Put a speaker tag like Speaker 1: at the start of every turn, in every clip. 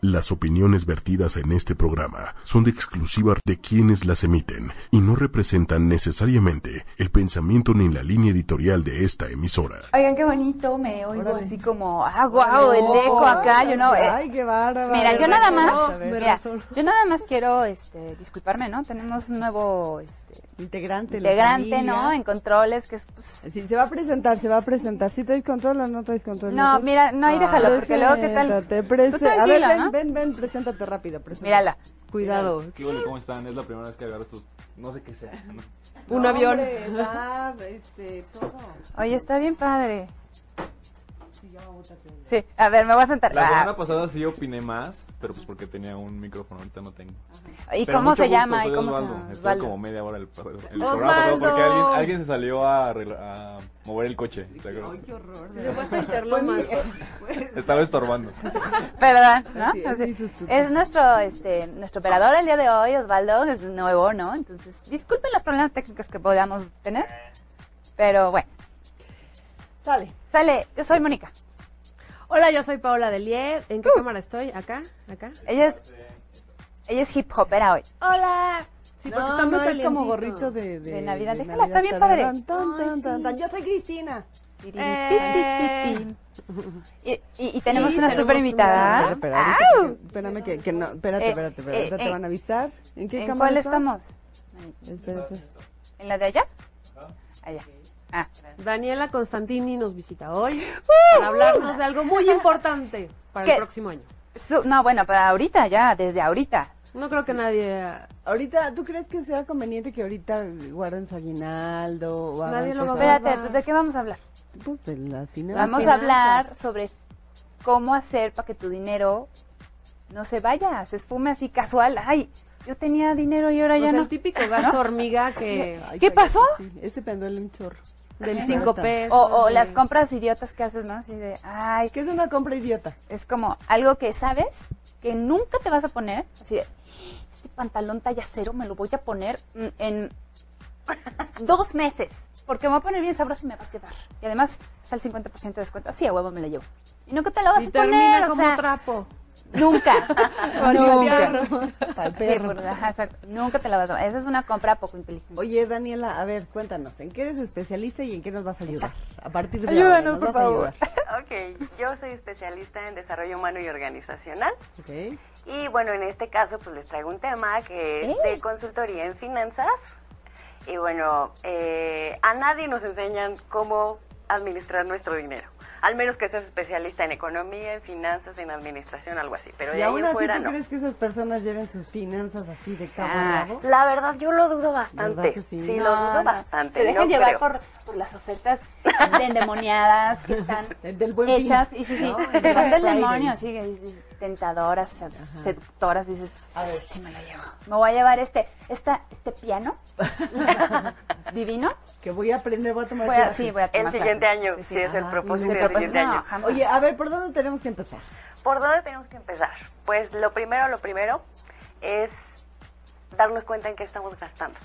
Speaker 1: Las opiniones vertidas en este programa son de exclusiva de quienes las emiten y no representan necesariamente el pensamiento ni la línea editorial de esta emisora.
Speaker 2: Oigan, qué bonito, me oigo así como, ah, guau, el eco acá, yo no... eh,
Speaker 3: Ay, qué bárbaro.
Speaker 2: mira, yo nada más,
Speaker 3: Veracruz,
Speaker 2: mira,
Speaker 3: Veracruz.
Speaker 2: yo nada más quiero este, disculparme, ¿no? Tenemos un nuevo este,
Speaker 3: Integrante, la
Speaker 2: integrante,
Speaker 3: familia.
Speaker 2: ¿no? En controles, que es... pues,
Speaker 3: Sí, se va a presentar, se va a presentar. ¿Sí traes control o no traes control?
Speaker 2: no, mira, no, ahí déjalo, porque luego qué tal...
Speaker 3: Preséntate,
Speaker 2: Tú
Speaker 3: prese- A ver,
Speaker 2: tranquilo,
Speaker 3: ven,
Speaker 2: ¿no?
Speaker 3: ven, ven, preséntate rápido. preséntate.
Speaker 2: Mírala.
Speaker 4: Cuidado,
Speaker 5: ¿Qué huele? ¿Cómo están? Es la primera vez que agarro estos. No sé qué sea. ¿no?
Speaker 4: un
Speaker 3: No,
Speaker 4: avión.
Speaker 3: hombre, va, este, todo.
Speaker 2: Oye, está bien padre. Sí, a ver, me voy a sentar.
Speaker 5: La semana
Speaker 2: Ah,
Speaker 5: pasada sí opiné más, pero pues porque tenía un micrófono, ahorita no tengo.
Speaker 2: ¿Y
Speaker 5: Pero
Speaker 2: cómo
Speaker 5: mucho
Speaker 2: se
Speaker 5: gusto,
Speaker 2: llama? ¿Y
Speaker 5: soy
Speaker 2: cómo se
Speaker 5: Osvaldo.
Speaker 2: llama?
Speaker 5: Estuve
Speaker 2: Osvaldo.
Speaker 5: como media hora el, el programa pasado porque alguien, alguien se salió a, arregla- a mover el coche. ¿te acuerdas?
Speaker 4: Se fue hasta Interlomas.
Speaker 2: Pues
Speaker 5: Estaba estorbando.
Speaker 2: Perdón, ¿no?
Speaker 3: Así es,
Speaker 2: Así.
Speaker 3: sí, sustituto.
Speaker 2: Es nuestro, este, nuestro operador el día de hoy, Osvaldo, es nuevo, ¿no? Entonces, disculpen los problemas técnicos que podamos tener, pero bueno.
Speaker 3: Sale.
Speaker 2: Sale, yo soy Mónica.
Speaker 4: Hola, yo soy Paola Delier. ¿En qué
Speaker 2: Uh.
Speaker 4: cámara estoy? ¿Acá? ¿Acá?
Speaker 2: Ella es, ella es hip hopera hoy.
Speaker 4: ¡Hola! Sí, porque está muy
Speaker 3: no, es como
Speaker 4: calientito.
Speaker 3: gorrito de,
Speaker 2: De Navidad. Déjala, está bien padre.
Speaker 3: Tararán, tan, tan, tan, tan. Yo soy Cristina.
Speaker 4: Eh.
Speaker 2: Y, y- y tenemos
Speaker 4: Y
Speaker 2: una
Speaker 4: tenemos
Speaker 2: super
Speaker 3: Espera,
Speaker 2: invitada.
Speaker 3: espera, ahorita,
Speaker 2: Ah, ¡Au!
Speaker 3: porque- espérame que, que no, espérate,
Speaker 2: Eh,
Speaker 3: espérate,
Speaker 2: eh,
Speaker 3: espérate, ahorita
Speaker 2: eh.
Speaker 3: te van a avisar. ¿En qué
Speaker 2: ¿En
Speaker 3: cámara
Speaker 2: cuál
Speaker 3: está?
Speaker 2: estamos?
Speaker 3: Espérate.
Speaker 2: ¿En la de allá? Allá. Ah,
Speaker 4: Daniela Constantini nos visita hoy para hablarnos de algo muy importante para
Speaker 2: Uh, ¿Qué?
Speaker 4: el próximo año.
Speaker 2: Su- no, bueno, para ahorita ya, desde ahorita.
Speaker 4: No creo que nadie,
Speaker 2: Ah,
Speaker 3: Ahorita, ¿tú crees que sea conveniente que ahorita guarden su
Speaker 2: Pues
Speaker 3: aguinaldo? O hagan
Speaker 4: Nadie lo va a
Speaker 3: cosas?
Speaker 4: ver.
Speaker 2: Espérate, pues, ¿de qué vamos a hablar?
Speaker 3: Pues de las finanzas.
Speaker 2: Vamos a
Speaker 4: finanzas.
Speaker 2: hablar sobre cómo hacer para que tu dinero no se vaya, se esfume así casual. Ay, yo tenía dinero y ahora
Speaker 4: pues
Speaker 2: ya
Speaker 4: el
Speaker 2: no.
Speaker 4: típico gasto hormiga que
Speaker 3: Ay,
Speaker 2: ¿Qué
Speaker 3: cállate,
Speaker 2: pasó?
Speaker 3: sí, Ese pendón un chorro.
Speaker 4: del 5 pesos.
Speaker 2: O, o las
Speaker 4: de-
Speaker 2: compras idiotas que haces, ¿no? Así de, ay,
Speaker 3: Que es una compra idiota.
Speaker 2: es como algo que sabes que nunca te vas a poner. Así de, este pantalón talla cero me lo voy a poner mm, en dos meses. Porque me va a poner bien sabroso y me va a quedar. Y además está el 50% de descuento. Así a huevo me lo llevo. Y nunca te lo vas
Speaker 4: Y
Speaker 2: a
Speaker 4: termina
Speaker 2: poner, o
Speaker 4: como
Speaker 2: sea,
Speaker 4: trapo.
Speaker 2: Nunca. nunca.
Speaker 3: Al
Speaker 2: Sí,
Speaker 3: perro.
Speaker 2: por- ajá, exacto. nunca te la vas a Esa es una compra poco inteligente.
Speaker 3: Oye, Daniela, a ver, cuéntanos, ¿en qué eres especialista y en qué nos vas a ayudar? A partir de
Speaker 2: Ayúdanos,
Speaker 3: ahora, ¿nos
Speaker 2: por
Speaker 3: vas a
Speaker 2: favor.
Speaker 3: ayudar?
Speaker 6: Ok, yo soy especialista en desarrollo humano y organizacional
Speaker 3: Ok.
Speaker 6: y bueno, en este caso pues les traigo un tema que es de consultoría en finanzas y bueno, eh, a nadie nos enseñan cómo administrar nuestro dinero, al menos que seas especialista en economía, en finanzas, en administración, algo así, pero
Speaker 3: Y
Speaker 6: de ahí
Speaker 3: aún
Speaker 6: en
Speaker 3: así,
Speaker 6: fuera
Speaker 3: ¿tú
Speaker 6: no.
Speaker 3: crees que esas personas lleven sus finanzas así de cabo
Speaker 2: Ah,
Speaker 3: a rabo?
Speaker 6: La verdad yo lo dudo
Speaker 3: ¿Verdad
Speaker 6: bastante,
Speaker 3: que sí?
Speaker 6: sí,
Speaker 2: No,
Speaker 6: lo dudo
Speaker 2: no.
Speaker 6: bastante.
Speaker 2: Se dejan
Speaker 6: no
Speaker 2: llevar
Speaker 6: creo.
Speaker 2: por, por las ofertas de endemoniadas que están
Speaker 3: Eh, Del- del Buen Fin.
Speaker 2: hechas. Y sí, sí,
Speaker 3: No,
Speaker 2: son
Speaker 3: el Black
Speaker 2: del
Speaker 3: Friday.
Speaker 2: demonio, sí, y- y tentadoras, sed- seductoras. Dices, a ver, si me lo llevo. Me voy a llevar este, esta, este piano divino.
Speaker 3: Que voy a aprender, voy a tomar
Speaker 2: Voy a-
Speaker 3: clases.
Speaker 2: sí, voy a
Speaker 6: El
Speaker 2: tomar
Speaker 6: siguiente
Speaker 2: clases.
Speaker 6: año,
Speaker 2: Sí, sí.
Speaker 6: si es el
Speaker 2: Ajá.
Speaker 6: propósito
Speaker 2: Mi
Speaker 6: del
Speaker 2: propósito-
Speaker 6: siguiente
Speaker 2: no,
Speaker 6: año.
Speaker 2: jamás.
Speaker 3: Oye, a ver, ¿por dónde tenemos que empezar?
Speaker 6: ¿Por dónde tenemos que empezar? Pues lo primero, lo primero es darnos cuenta en qué estamos gastando.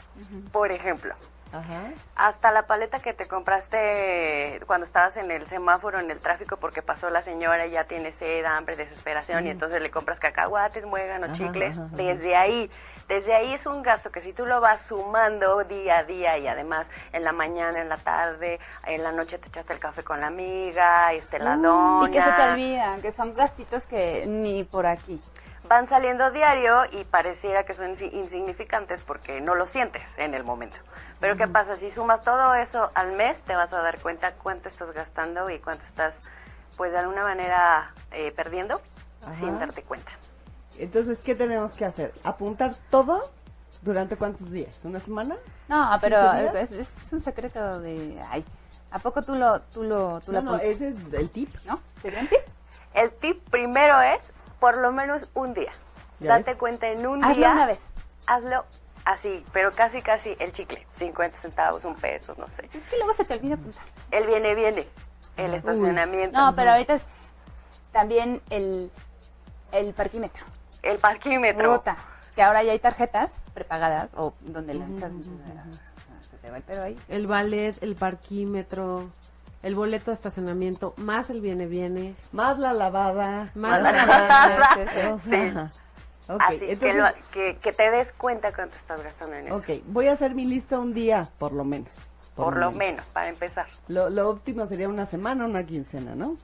Speaker 6: Por ejemplo,
Speaker 3: Ajá.
Speaker 6: hasta la paleta que te compraste cuando estabas en el semáforo, en el tráfico, porque pasó la señora y ya tiene sed, hambre, desesperación, y entonces le compras cacahuates, muéganos,
Speaker 3: Ajá,
Speaker 6: chicles.
Speaker 3: ajá, ajá.
Speaker 6: Desde ahí, desde ahí es un gasto que si tú lo vas sumando día a día y además en la mañana, en la tarde, en la noche te echaste el café con la amiga, este, la
Speaker 2: Mm,
Speaker 6: dona.
Speaker 2: Y que se te olvidan, que son gastitos que ni por aquí.
Speaker 6: van saliendo diario y pareciera que son insi- insignificantes porque no lo sientes en el momento. Pero ¿qué pasa? Si sumas todo eso al mes, te vas a dar cuenta cuánto estás gastando y cuánto estás, pues de alguna manera, eh, perdiendo
Speaker 3: Ajá.
Speaker 6: sin darte cuenta.
Speaker 3: Entonces, ¿qué tenemos que hacer? ¿Apuntar todo durante cuántos días? ¿Una semana?
Speaker 2: No, pero es,
Speaker 3: días?
Speaker 2: es un secreto de... Ay, ¿a poco tú lo, tú lo, tú lo
Speaker 3: No, no,
Speaker 2: apuntas?
Speaker 3: ese es el tip.
Speaker 2: ¿No? ¿Se ven tip?
Speaker 6: El tip primero es, por lo menos un día.
Speaker 3: Ya
Speaker 6: Date
Speaker 3: ves.
Speaker 6: cuenta en un
Speaker 2: Hazlo
Speaker 6: día.
Speaker 2: una vez.
Speaker 6: Hazlo así, pero casi, casi el chicle. 50 centavos, un peso, no sé.
Speaker 2: Es que luego se te olvida apuntar.
Speaker 6: El viene, viene. El estacionamiento.
Speaker 2: No, pero ahorita es también el, el parquímetro.
Speaker 6: El parquímetro.
Speaker 2: Ruta. Que ahora ya hay tarjetas prepagadas o donde lanzas. ah, Se te va el pedo ahí.
Speaker 4: El ballet, el parquímetro, el boleto de estacionamiento, más el viene viene,
Speaker 3: Más la lavada.
Speaker 4: más
Speaker 6: la
Speaker 4: la lavada.
Speaker 2: sí, sí.
Speaker 3: O sea, ok,
Speaker 6: Así que,
Speaker 3: entonces,
Speaker 6: lo- que, que te des cuenta cuánto estás gastando en eso.
Speaker 3: ok, voy a hacer mi lista un día, por lo menos.
Speaker 6: Por lo menos, para empezar.
Speaker 3: Lo, lo óptimo sería una semana, una quincena, ¿no?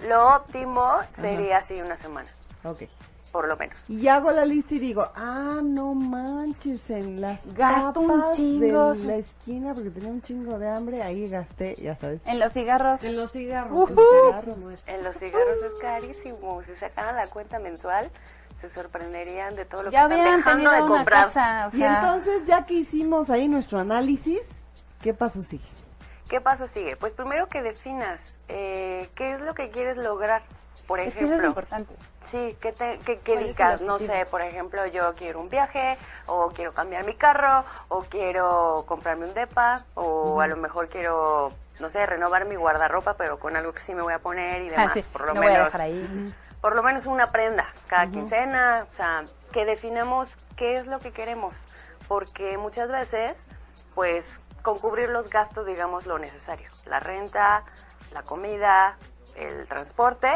Speaker 6: Lo óptimo sería así una semana,
Speaker 3: Ok.
Speaker 6: por lo menos.
Speaker 3: Y hago la lista y digo, ah, no manches, en las
Speaker 2: Gasto un
Speaker 3: papas
Speaker 2: chingo.
Speaker 3: de la esquina porque tenía un chingo de hambre, ahí gasté, ya sabes.
Speaker 2: En los cigarros.
Speaker 4: En los cigarros.
Speaker 2: Ujú.
Speaker 4: en los cigarros.
Speaker 6: En los cigarros es carísimo. Si sacaran la cuenta mensual, se sorprenderían de todo lo
Speaker 2: Ya
Speaker 6: que están
Speaker 2: hubieran
Speaker 6: dejando
Speaker 2: tenido
Speaker 6: de
Speaker 2: una
Speaker 6: comprar.
Speaker 2: casa, o
Speaker 3: Y
Speaker 2: sea,
Speaker 3: entonces, ya que hicimos ahí nuestro análisis, ¿qué paso sigue?
Speaker 6: ¿Qué paso sigue? Pues primero que definas eh, qué es lo que quieres lograr. Por
Speaker 2: es
Speaker 6: ejemplo,
Speaker 2: que eso es importante.
Speaker 6: Sí, que, te, que, que
Speaker 4: ¿Cuál es el
Speaker 6: digas, no
Speaker 4: objetivo?
Speaker 6: sé, por ejemplo, yo quiero un viaje, o quiero cambiar mi carro, o quiero comprarme un depa, o a lo mejor quiero, no sé, renovar mi guardarropa, pero con algo que sí me voy a poner y demás,
Speaker 2: Ah, sí,
Speaker 6: por lo
Speaker 2: no
Speaker 6: menos.
Speaker 2: voy a dejar ahí.
Speaker 6: Por lo menos una prenda cada quincena, o sea, que definamos qué es lo que queremos, porque muchas veces, pues, con cubrir los gastos, digamos, lo necesario, la renta, la comida, el transporte,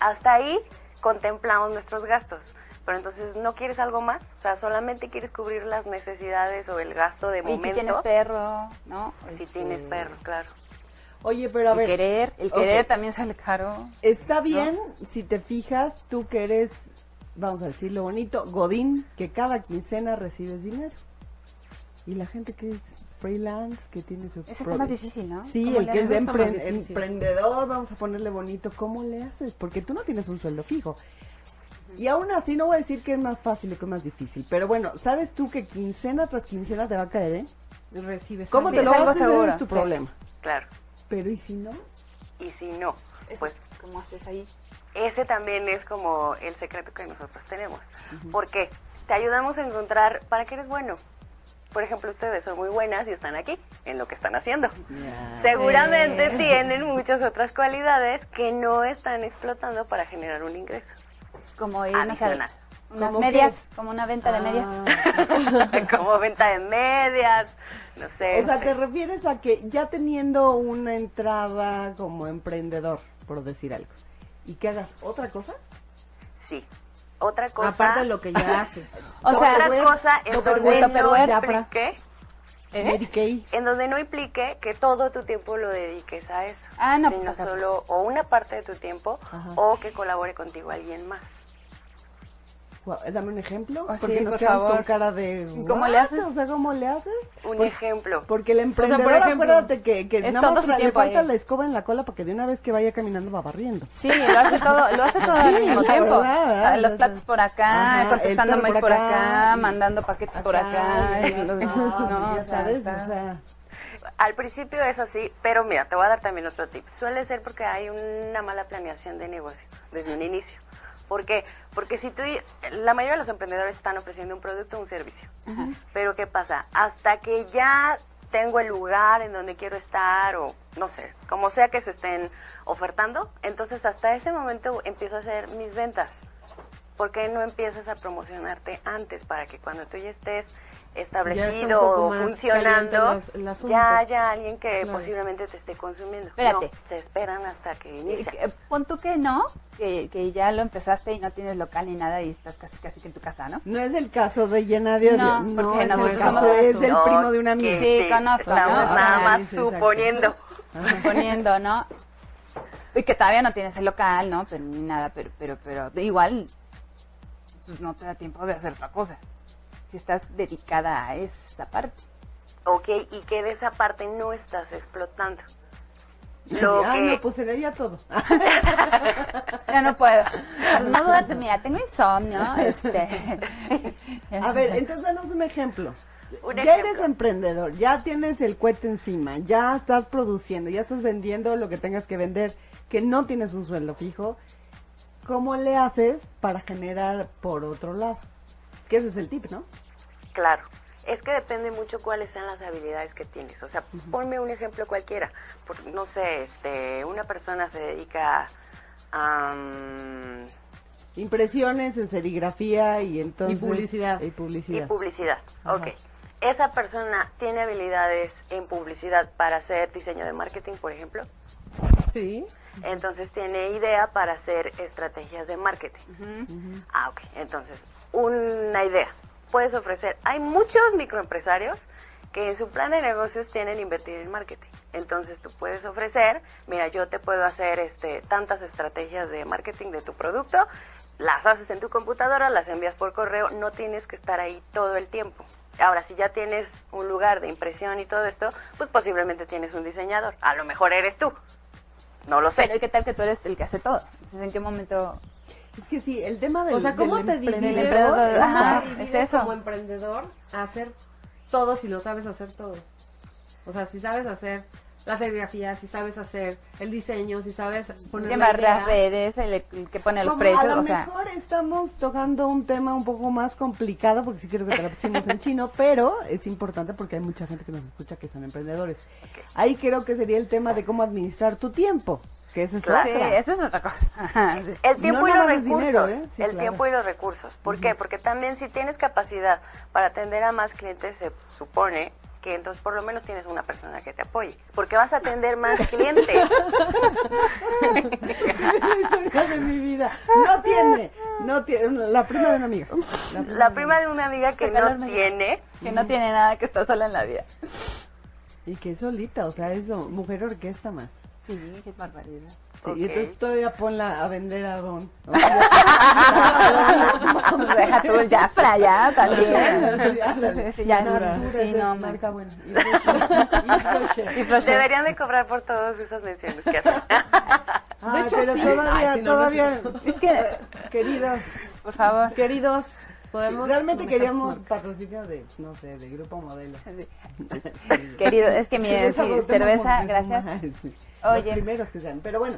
Speaker 6: hasta ahí contemplamos nuestros gastos. Pero entonces no quieres algo más, o sea, solamente quieres cubrir las necesidades o el gasto de
Speaker 2: Y
Speaker 6: este momento.
Speaker 2: si tienes perro, ¿no?
Speaker 6: Si
Speaker 2: Este,
Speaker 6: tienes perro, claro.
Speaker 3: Oye, pero a
Speaker 2: El
Speaker 3: ver.
Speaker 2: querer, el
Speaker 3: ok,
Speaker 2: querer también sale caro.
Speaker 3: Está bien si te fijas tú que eres, vamos a decirlo bonito, Godín, que cada quincena recibes dinero. Y la gente que es freelance, que tiene su...
Speaker 2: Ese
Speaker 3: propio-
Speaker 2: está más difícil, ¿no?
Speaker 3: Sí,
Speaker 2: ¿Cómo
Speaker 3: el
Speaker 2: le
Speaker 3: que es
Speaker 2: haces?
Speaker 4: Eso está más
Speaker 3: empre-
Speaker 4: difícil.
Speaker 3: emprendedor, vamos a ponerle bonito, ¿cómo le haces? Porque tú no tienes un sueldo fijo. Y aún así no voy a decir que es más fácil o que es más difícil, pero bueno, ¿sabes tú que quincena tras quincena te va a caer, eh?
Speaker 4: Recibes.
Speaker 3: ¿Cómo
Speaker 2: Sí,
Speaker 3: te
Speaker 2: es
Speaker 3: lo vas
Speaker 2: algo
Speaker 3: a hacer? Ese
Speaker 2: seguro,
Speaker 3: es tu
Speaker 2: sí.
Speaker 3: problema.
Speaker 6: Claro.
Speaker 3: Pero ¿y si no?
Speaker 6: Y si no,
Speaker 2: Es-
Speaker 6: pues
Speaker 2: ¿Cómo haces ahí?
Speaker 6: ese también es como el secreto que nosotros tenemos. Porque te ayudamos a encontrar para qué eres bueno. Por ejemplo, ustedes son muy buenas y están aquí, en lo que están haciendo. Seguramente tienen muchas otras cualidades que no están explotando para generar un ingreso.
Speaker 2: Como ir, no sé,
Speaker 6: Adicional.
Speaker 2: unas
Speaker 3: ¿Cómo Ah,
Speaker 2: medias, como una venta de medias.
Speaker 6: como venta de medias, no sé.
Speaker 3: O sea, te refieres a que ya teniendo una entrada como emprendedor, por decir algo, y que hagas otra cosa,
Speaker 6: Sí. Otra cosa.
Speaker 4: Aparte de lo que ya haces.
Speaker 2: O sea, ¿eh?
Speaker 6: otra cosa en donde no
Speaker 2: Tupperware,
Speaker 6: implique,
Speaker 2: ¿eh?
Speaker 3: Medicaid,
Speaker 6: en donde no implique que todo tu tiempo lo dediques a eso,
Speaker 2: Ah, no, pues,
Speaker 6: sino
Speaker 2: tampoco.
Speaker 6: solo o una parte de tu tiempo
Speaker 3: Ajá.
Speaker 6: o que colabore contigo alguien más.
Speaker 3: Guau, Dame un ejemplo,
Speaker 2: Ah, sí,
Speaker 3: porque nos
Speaker 2: por
Speaker 3: quedamos
Speaker 2: favor.
Speaker 3: con cara de...
Speaker 2: ¿Cómo le
Speaker 3: "What?",
Speaker 2: haces?
Speaker 3: O sea, ¿cómo le haces?
Speaker 6: Un
Speaker 2: Pues,
Speaker 3: Por-
Speaker 6: ejemplo,
Speaker 3: Porque el
Speaker 4: por
Speaker 3: emprendedor,
Speaker 4: ejemplo,
Speaker 3: acuérdate que, que
Speaker 2: es
Speaker 3: nada
Speaker 2: todo
Speaker 3: más
Speaker 2: su
Speaker 3: tra- le
Speaker 2: tiempo
Speaker 3: falta
Speaker 2: ahí.
Speaker 3: la escoba en la cola para que de una vez que vaya caminando va barriendo.
Speaker 2: Sí, lo hace todo, lo hace todo al
Speaker 3: Sí,
Speaker 2: mismo
Speaker 3: la
Speaker 2: tiempo.
Speaker 3: verdad, ¿verdad?
Speaker 2: Ah, Los platos por acá,
Speaker 3: Ajá,
Speaker 2: contestando
Speaker 3: el perro
Speaker 2: mail
Speaker 3: por
Speaker 2: por
Speaker 3: acá,
Speaker 2: acá,
Speaker 3: sí.
Speaker 2: mandando paquetes por acá.
Speaker 3: Ay,
Speaker 2: y los-
Speaker 3: ya sabes,
Speaker 2: no,
Speaker 3: ya
Speaker 2: o sea,
Speaker 3: sabes,
Speaker 2: está-
Speaker 3: o sea,
Speaker 6: al principio es así, pero mira, te voy a dar también otro tip. Suele ser porque hay una mala planeación de negocio desde un inicio. ¿Por qué? Porque si tú, y- la mayoría de los emprendedores están ofreciendo un producto o un servicio. Pero ¿qué pasa? Hasta que ya tengo el lugar en donde quiero estar o no sé, como sea que se estén ofertando, entonces hasta ese momento empiezo a hacer mis ventas. ¿Por qué no empiezas a promocionarte antes para que cuando tú ya estés establecido
Speaker 4: poco
Speaker 6: o
Speaker 4: más
Speaker 6: funcionando,
Speaker 4: caliente el as- el
Speaker 6: ya
Speaker 4: asunto.
Speaker 6: haya alguien que
Speaker 4: Claro.
Speaker 6: posiblemente te esté consumiendo.
Speaker 2: Espérate.
Speaker 6: No, se esperan hasta que
Speaker 2: Eh,
Speaker 6: inicia.
Speaker 2: que- Pon tú que no, que, que ya lo empezaste y no tienes local ni nada y estás casi casi que en tu casa, ¿no?
Speaker 3: No es el caso de llena de
Speaker 2: No, porque
Speaker 3: es
Speaker 2: nosotros
Speaker 3: el caso,
Speaker 2: somos-
Speaker 3: es el
Speaker 6: No,
Speaker 3: primo de una amiga.
Speaker 6: que
Speaker 2: Sí, conozco,
Speaker 6: Estamos
Speaker 2: ¿no?
Speaker 6: nada
Speaker 2: Ah,
Speaker 6: más
Speaker 3: sí, exacto.
Speaker 6: suponiendo.
Speaker 2: Suponiendo, ¿no? Y que todavía no tienes el local, ¿no? Pero ni nada, pero, pero, pero de igual, pues no te da tiempo de hacer otra cosa. Si estás dedicada a esa parte.
Speaker 6: Ok, y que de esa parte no estás explotando. Lo
Speaker 3: Ah,
Speaker 6: que-
Speaker 3: no, pues sería ya todo.
Speaker 2: Ya no puedo. Pues no duermo, mira, tengo insomnio, este.
Speaker 3: A ver, eh, entonces danos un ejemplo.
Speaker 6: Un
Speaker 3: ya
Speaker 6: ejemplo.
Speaker 3: eres emprendedor, ya tienes el cohete encima, ya estás produciendo, ya estás vendiendo lo que tengas que vender, que no tienes un sueldo fijo. ¿Cómo le haces para generar por otro lado? Que ese es el tip, ¿no?
Speaker 6: Claro. Es que depende mucho cuáles sean las habilidades que tienes. O sea, ponme un ejemplo cualquiera. Por- no sé, este, una persona se dedica a... mm,
Speaker 3: Impresiones en serigrafía y entonces...
Speaker 4: publicidad.
Speaker 3: Y
Speaker 6: y
Speaker 3: publicidad.
Speaker 6: publicidad.
Speaker 3: Ajá.
Speaker 6: Ok. esa persona tiene habilidades en publicidad para hacer diseño de marketing, por ejemplo,
Speaker 4: Sí.
Speaker 6: entonces tiene idea para hacer estrategias de marketing. Ah, ok. Entonces, una idea. Puedes ofrecer. Hay muchos microempresarios que en su plan de negocios tienen invertir en marketing. Entonces tú puedes ofrecer, mira, yo te puedo hacer este, tantas estrategias de marketing de tu producto, las haces en tu computadora, las envías por correo, no tienes que estar ahí todo el tiempo. Ahora, si ya tienes un lugar de impresión y todo esto, pues posiblemente tienes un diseñador. A lo mejor eres tú. No lo sé.
Speaker 2: Pero ¿y qué tal que tú eres el que hace todo? Entonces, ¿en qué momento?
Speaker 3: Es que sí, el tema del
Speaker 4: O sea, ¿cómo
Speaker 3: del
Speaker 4: te divides?
Speaker 3: emprendedor-
Speaker 2: emprendedor, ajá,
Speaker 4: ¿Cómo te
Speaker 2: es
Speaker 4: divides
Speaker 2: eso.
Speaker 4: como emprendedor a hacer todo si lo sabes hacer todo? O sea, si sabes hacer la serigrafía, si sabes hacer el diseño, si sabes poner la
Speaker 2: Llevar
Speaker 4: idea.
Speaker 2: las redes, el, el que pone los
Speaker 3: Como
Speaker 2: precios,
Speaker 3: A lo
Speaker 2: o sea.
Speaker 3: mejor estamos tocando un tema un poco más complicado, porque sí creo que te lo pusimos en chino, pero es importante porque hay mucha gente que nos escucha que son emprendedores. Ahí creo que sería el tema de cómo administrar tu tiempo, que ese es
Speaker 6: Claro.
Speaker 2: Sí,
Speaker 3: otra.
Speaker 2: eso es otra cosa. Ajá, sí.
Speaker 6: El tiempo
Speaker 3: No
Speaker 6: y los
Speaker 3: nada más es
Speaker 6: recursos.
Speaker 3: dinero, ¿eh? Sí,
Speaker 6: el
Speaker 3: claro.
Speaker 6: tiempo y los recursos. ¿Por qué? Porque también si tienes capacidad para atender a más clientes, se supone que entonces por lo menos tienes una persona que te apoye. Porque vas a atender más clientes.
Speaker 3: la historia de mi vida. No tiene, no tiene, la prima de una amiga. La prima
Speaker 6: La
Speaker 3: de-
Speaker 6: prima de una amiga que
Speaker 2: Este calor
Speaker 6: no
Speaker 2: me-
Speaker 6: tiene.
Speaker 2: Que no tiene nada, que está sola en la vida.
Speaker 3: Y que es solita, o sea, es o- mujer orquesta más.
Speaker 2: Sí, qué barbaridad.
Speaker 3: Sí,
Speaker 6: Ok.
Speaker 3: Y entonces todavía ponla a vender a Don.
Speaker 2: Deja tú el Jafra ya también. Ya, sí, no, man.
Speaker 3: marca buena. Y crochet.
Speaker 2: Y crochet.
Speaker 6: Deberían de cobrar por todas esas menciones que hacen.
Speaker 3: Ah,
Speaker 4: hecho,
Speaker 3: pero
Speaker 4: sí.
Speaker 3: todavía,
Speaker 4: Ay, sí, no, no
Speaker 3: todavía,
Speaker 2: Es que,
Speaker 3: queridos,
Speaker 2: por favor.
Speaker 4: Queridos, podemos
Speaker 3: realmente
Speaker 4: manejar
Speaker 3: queríamos
Speaker 4: su marca.
Speaker 3: patrocinio de, no sé, de Grupo Modelo.
Speaker 2: Querido, es que mi
Speaker 3: Cerveza
Speaker 2: sí,
Speaker 3: Cuauhtémoc
Speaker 2: cerveza,
Speaker 3: Moctezuma,
Speaker 2: gracias.
Speaker 3: sí.
Speaker 2: Oye.
Speaker 3: Los primeros que sean, pero bueno.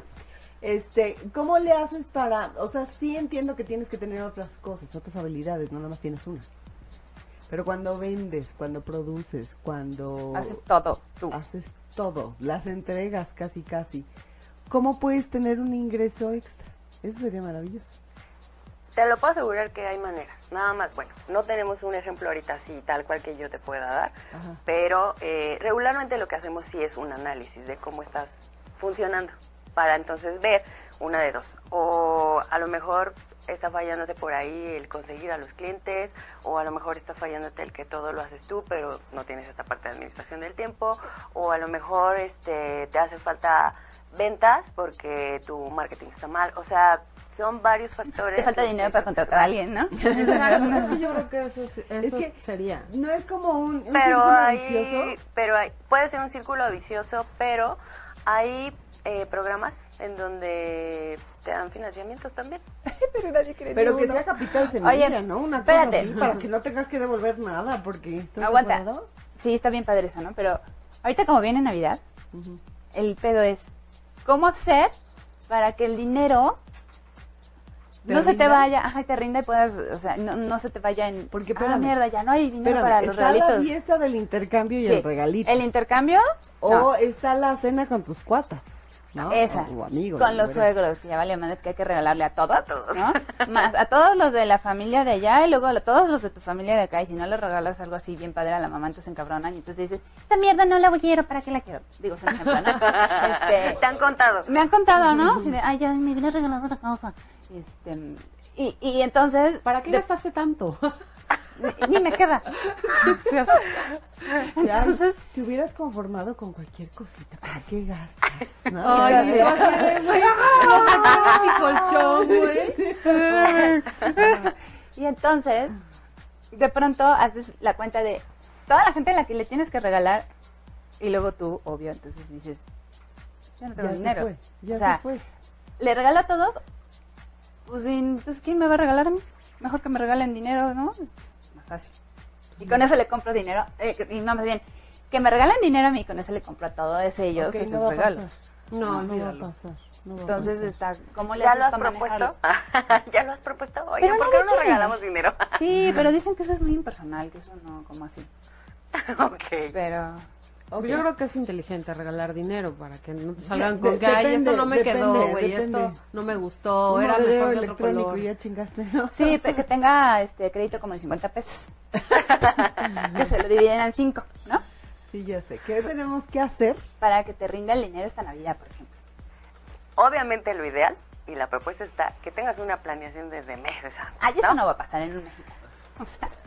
Speaker 3: Este, ¿cómo le haces para, o sea, sí entiendo que tienes que tener otras cosas, otras habilidades, no nada más tienes una. Pero cuando vendes, cuando produces, cuando
Speaker 2: Haces todo tú.
Speaker 3: haces todo, las entregas casi casi, ¿cómo puedes tener un ingreso extra? Eso sería maravilloso.
Speaker 6: Te lo puedo asegurar que hay maneras. Nada más, bueno, no tenemos un ejemplo ahorita así, tal cual que yo te pueda dar, pero eh, regularmente lo que hacemos sí es un análisis de cómo estás funcionando para entonces ver una de dos. O a lo mejor está fallándote por ahí el conseguir a los clientes, o a lo mejor está fallándote el que todo lo haces tú, pero no tienes esta parte de administración del tiempo, o a lo mejor este, te hace falta ventas porque tu marketing está mal. O sea, son varios factores.
Speaker 2: Te falta
Speaker 6: que
Speaker 2: dinero
Speaker 6: empiezan
Speaker 2: para contratar a alguien, ¿no?
Speaker 4: Exacto, es que yo creo que eso, es- eso
Speaker 3: que-
Speaker 4: sería.
Speaker 3: No es como un, un
Speaker 6: pero
Speaker 3: círculo
Speaker 6: hay,
Speaker 3: vicioso.
Speaker 6: pero hay- puede ser un círculo vicioso, pero hay eh, programas en donde te dan financiamientos también.
Speaker 2: Pero nadie cree
Speaker 3: Pero que
Speaker 2: ninguno.
Speaker 3: sea capital semilla,
Speaker 2: Oye,
Speaker 3: ¿no? Una
Speaker 2: espérate.
Speaker 3: cosa así, para que no tengas que devolver nada, porque... ¿estás
Speaker 2: Aguanta.
Speaker 3: de acuerdo?
Speaker 2: Sí, está bien padre eso, ¿no? Pero ahorita como viene Navidad, el pedo es cómo hacer para que el dinero
Speaker 4: ¿Te
Speaker 2: no se te
Speaker 4: rinda?
Speaker 2: vaya, ajá, y te rinda y puedas, o sea, no, no se te vaya en...
Speaker 3: Porque,
Speaker 2: ah,
Speaker 3: espérame.
Speaker 2: mierda, ya no hay dinero
Speaker 3: Espérame,
Speaker 2: para los
Speaker 3: está la
Speaker 2: regalitos.
Speaker 3: fiesta del intercambio y
Speaker 2: Sí.
Speaker 3: el regalito.
Speaker 2: El intercambio,
Speaker 3: O
Speaker 2: no,
Speaker 3: está la cena con tus cuatas, ¿no?
Speaker 2: esa,
Speaker 3: O tu amigo,
Speaker 2: con
Speaker 3: ¿no?
Speaker 2: los
Speaker 3: Bueno.
Speaker 2: suegros, que ya vale más, es que hay que regalarle a todos,
Speaker 6: A todos.
Speaker 2: ¿no? Más a todos los de la familia de allá y luego a todos los de tu familia de acá, y si no le regalas algo así bien padre a la mamá, entonces se encabronan y entonces dices, esta mierda no la quiero, ¿para qué la quiero? Digo, es un ejemplo, ¿no? Este,
Speaker 6: Te han contado.
Speaker 2: Me han contado, ¿no? Así de, ay, ya me hubiera regalado otra cosa. Este, y, y entonces.
Speaker 4: ¿Para qué
Speaker 2: de-
Speaker 4: gastaste tanto?
Speaker 2: ni, ni me queda. Sí, o sea,
Speaker 3: Ya,
Speaker 2: entonces.
Speaker 3: te hubieras conformado con cualquier cosita, ¿para qué gastas? ¿no?
Speaker 4: Ay,
Speaker 2: Gracias.
Speaker 4: no sé, güey. Lo saqué de mi colchón, güey.
Speaker 2: Y entonces, de pronto haces la cuenta de toda la gente a la que le tienes que regalar. Y luego tú, obvio, entonces dices, yo no tengo
Speaker 3: Ya se
Speaker 2: dinero.
Speaker 3: fue, ya
Speaker 2: o sea,
Speaker 3: se fue.
Speaker 2: le regalo a todos. Pues ¿y entonces, ¿quién me va a regalar a mí? Mejor que me regalen dinero, ¿no? Es más fácil. Y con eso le compro dinero. eh, y no, más bien, que me regalen dinero a mí, con eso le compro a todos ellos
Speaker 3: Ok,
Speaker 2: esos
Speaker 3: no va a
Speaker 2: regalos.
Speaker 4: No,
Speaker 3: No va a
Speaker 4: olvídalo.
Speaker 3: pasar. no va a
Speaker 2: Entonces está, ¿cómo le
Speaker 6: ¿Ya
Speaker 2: haces
Speaker 6: lo has
Speaker 2: para
Speaker 6: propuesto?
Speaker 2: manejarlo?
Speaker 6: ¿Ya lo has propuesto? Oye,
Speaker 2: Pero
Speaker 6: ¿por
Speaker 2: no
Speaker 6: qué
Speaker 2: le
Speaker 6: no nos
Speaker 2: quieren.
Speaker 6: regalamos dinero?
Speaker 2: Sí, pero dicen que eso es muy impersonal, que eso no, como así.
Speaker 6: ok.
Speaker 2: Pero,
Speaker 3: Ok.
Speaker 4: Yo creo que es inteligente regalar dinero para que no te salgan
Speaker 3: De-
Speaker 4: con
Speaker 3: de-
Speaker 4: que, ay,
Speaker 3: depende,
Speaker 4: esto no me quedó,
Speaker 3: depende,
Speaker 4: güey,
Speaker 3: depende.
Speaker 4: esto no me gustó,
Speaker 3: Un
Speaker 4: era
Speaker 3: monedero
Speaker 4: mejor de otro
Speaker 3: electrónico
Speaker 4: color.
Speaker 3: y ya chingaste, ¿no?
Speaker 2: Sí, pe- que tenga este crédito como de 50 pesos. que se lo dividen en 5, ¿no?
Speaker 3: Sí, ya sé. ¿Qué tenemos que hacer?
Speaker 2: Para que te rinda el dinero esta Navidad, por ejemplo.
Speaker 6: Obviamente lo ideal y la propuesta está que tengas una planeación desde meses antes.
Speaker 2: Ay, Ah, eso no va a pasar en un México.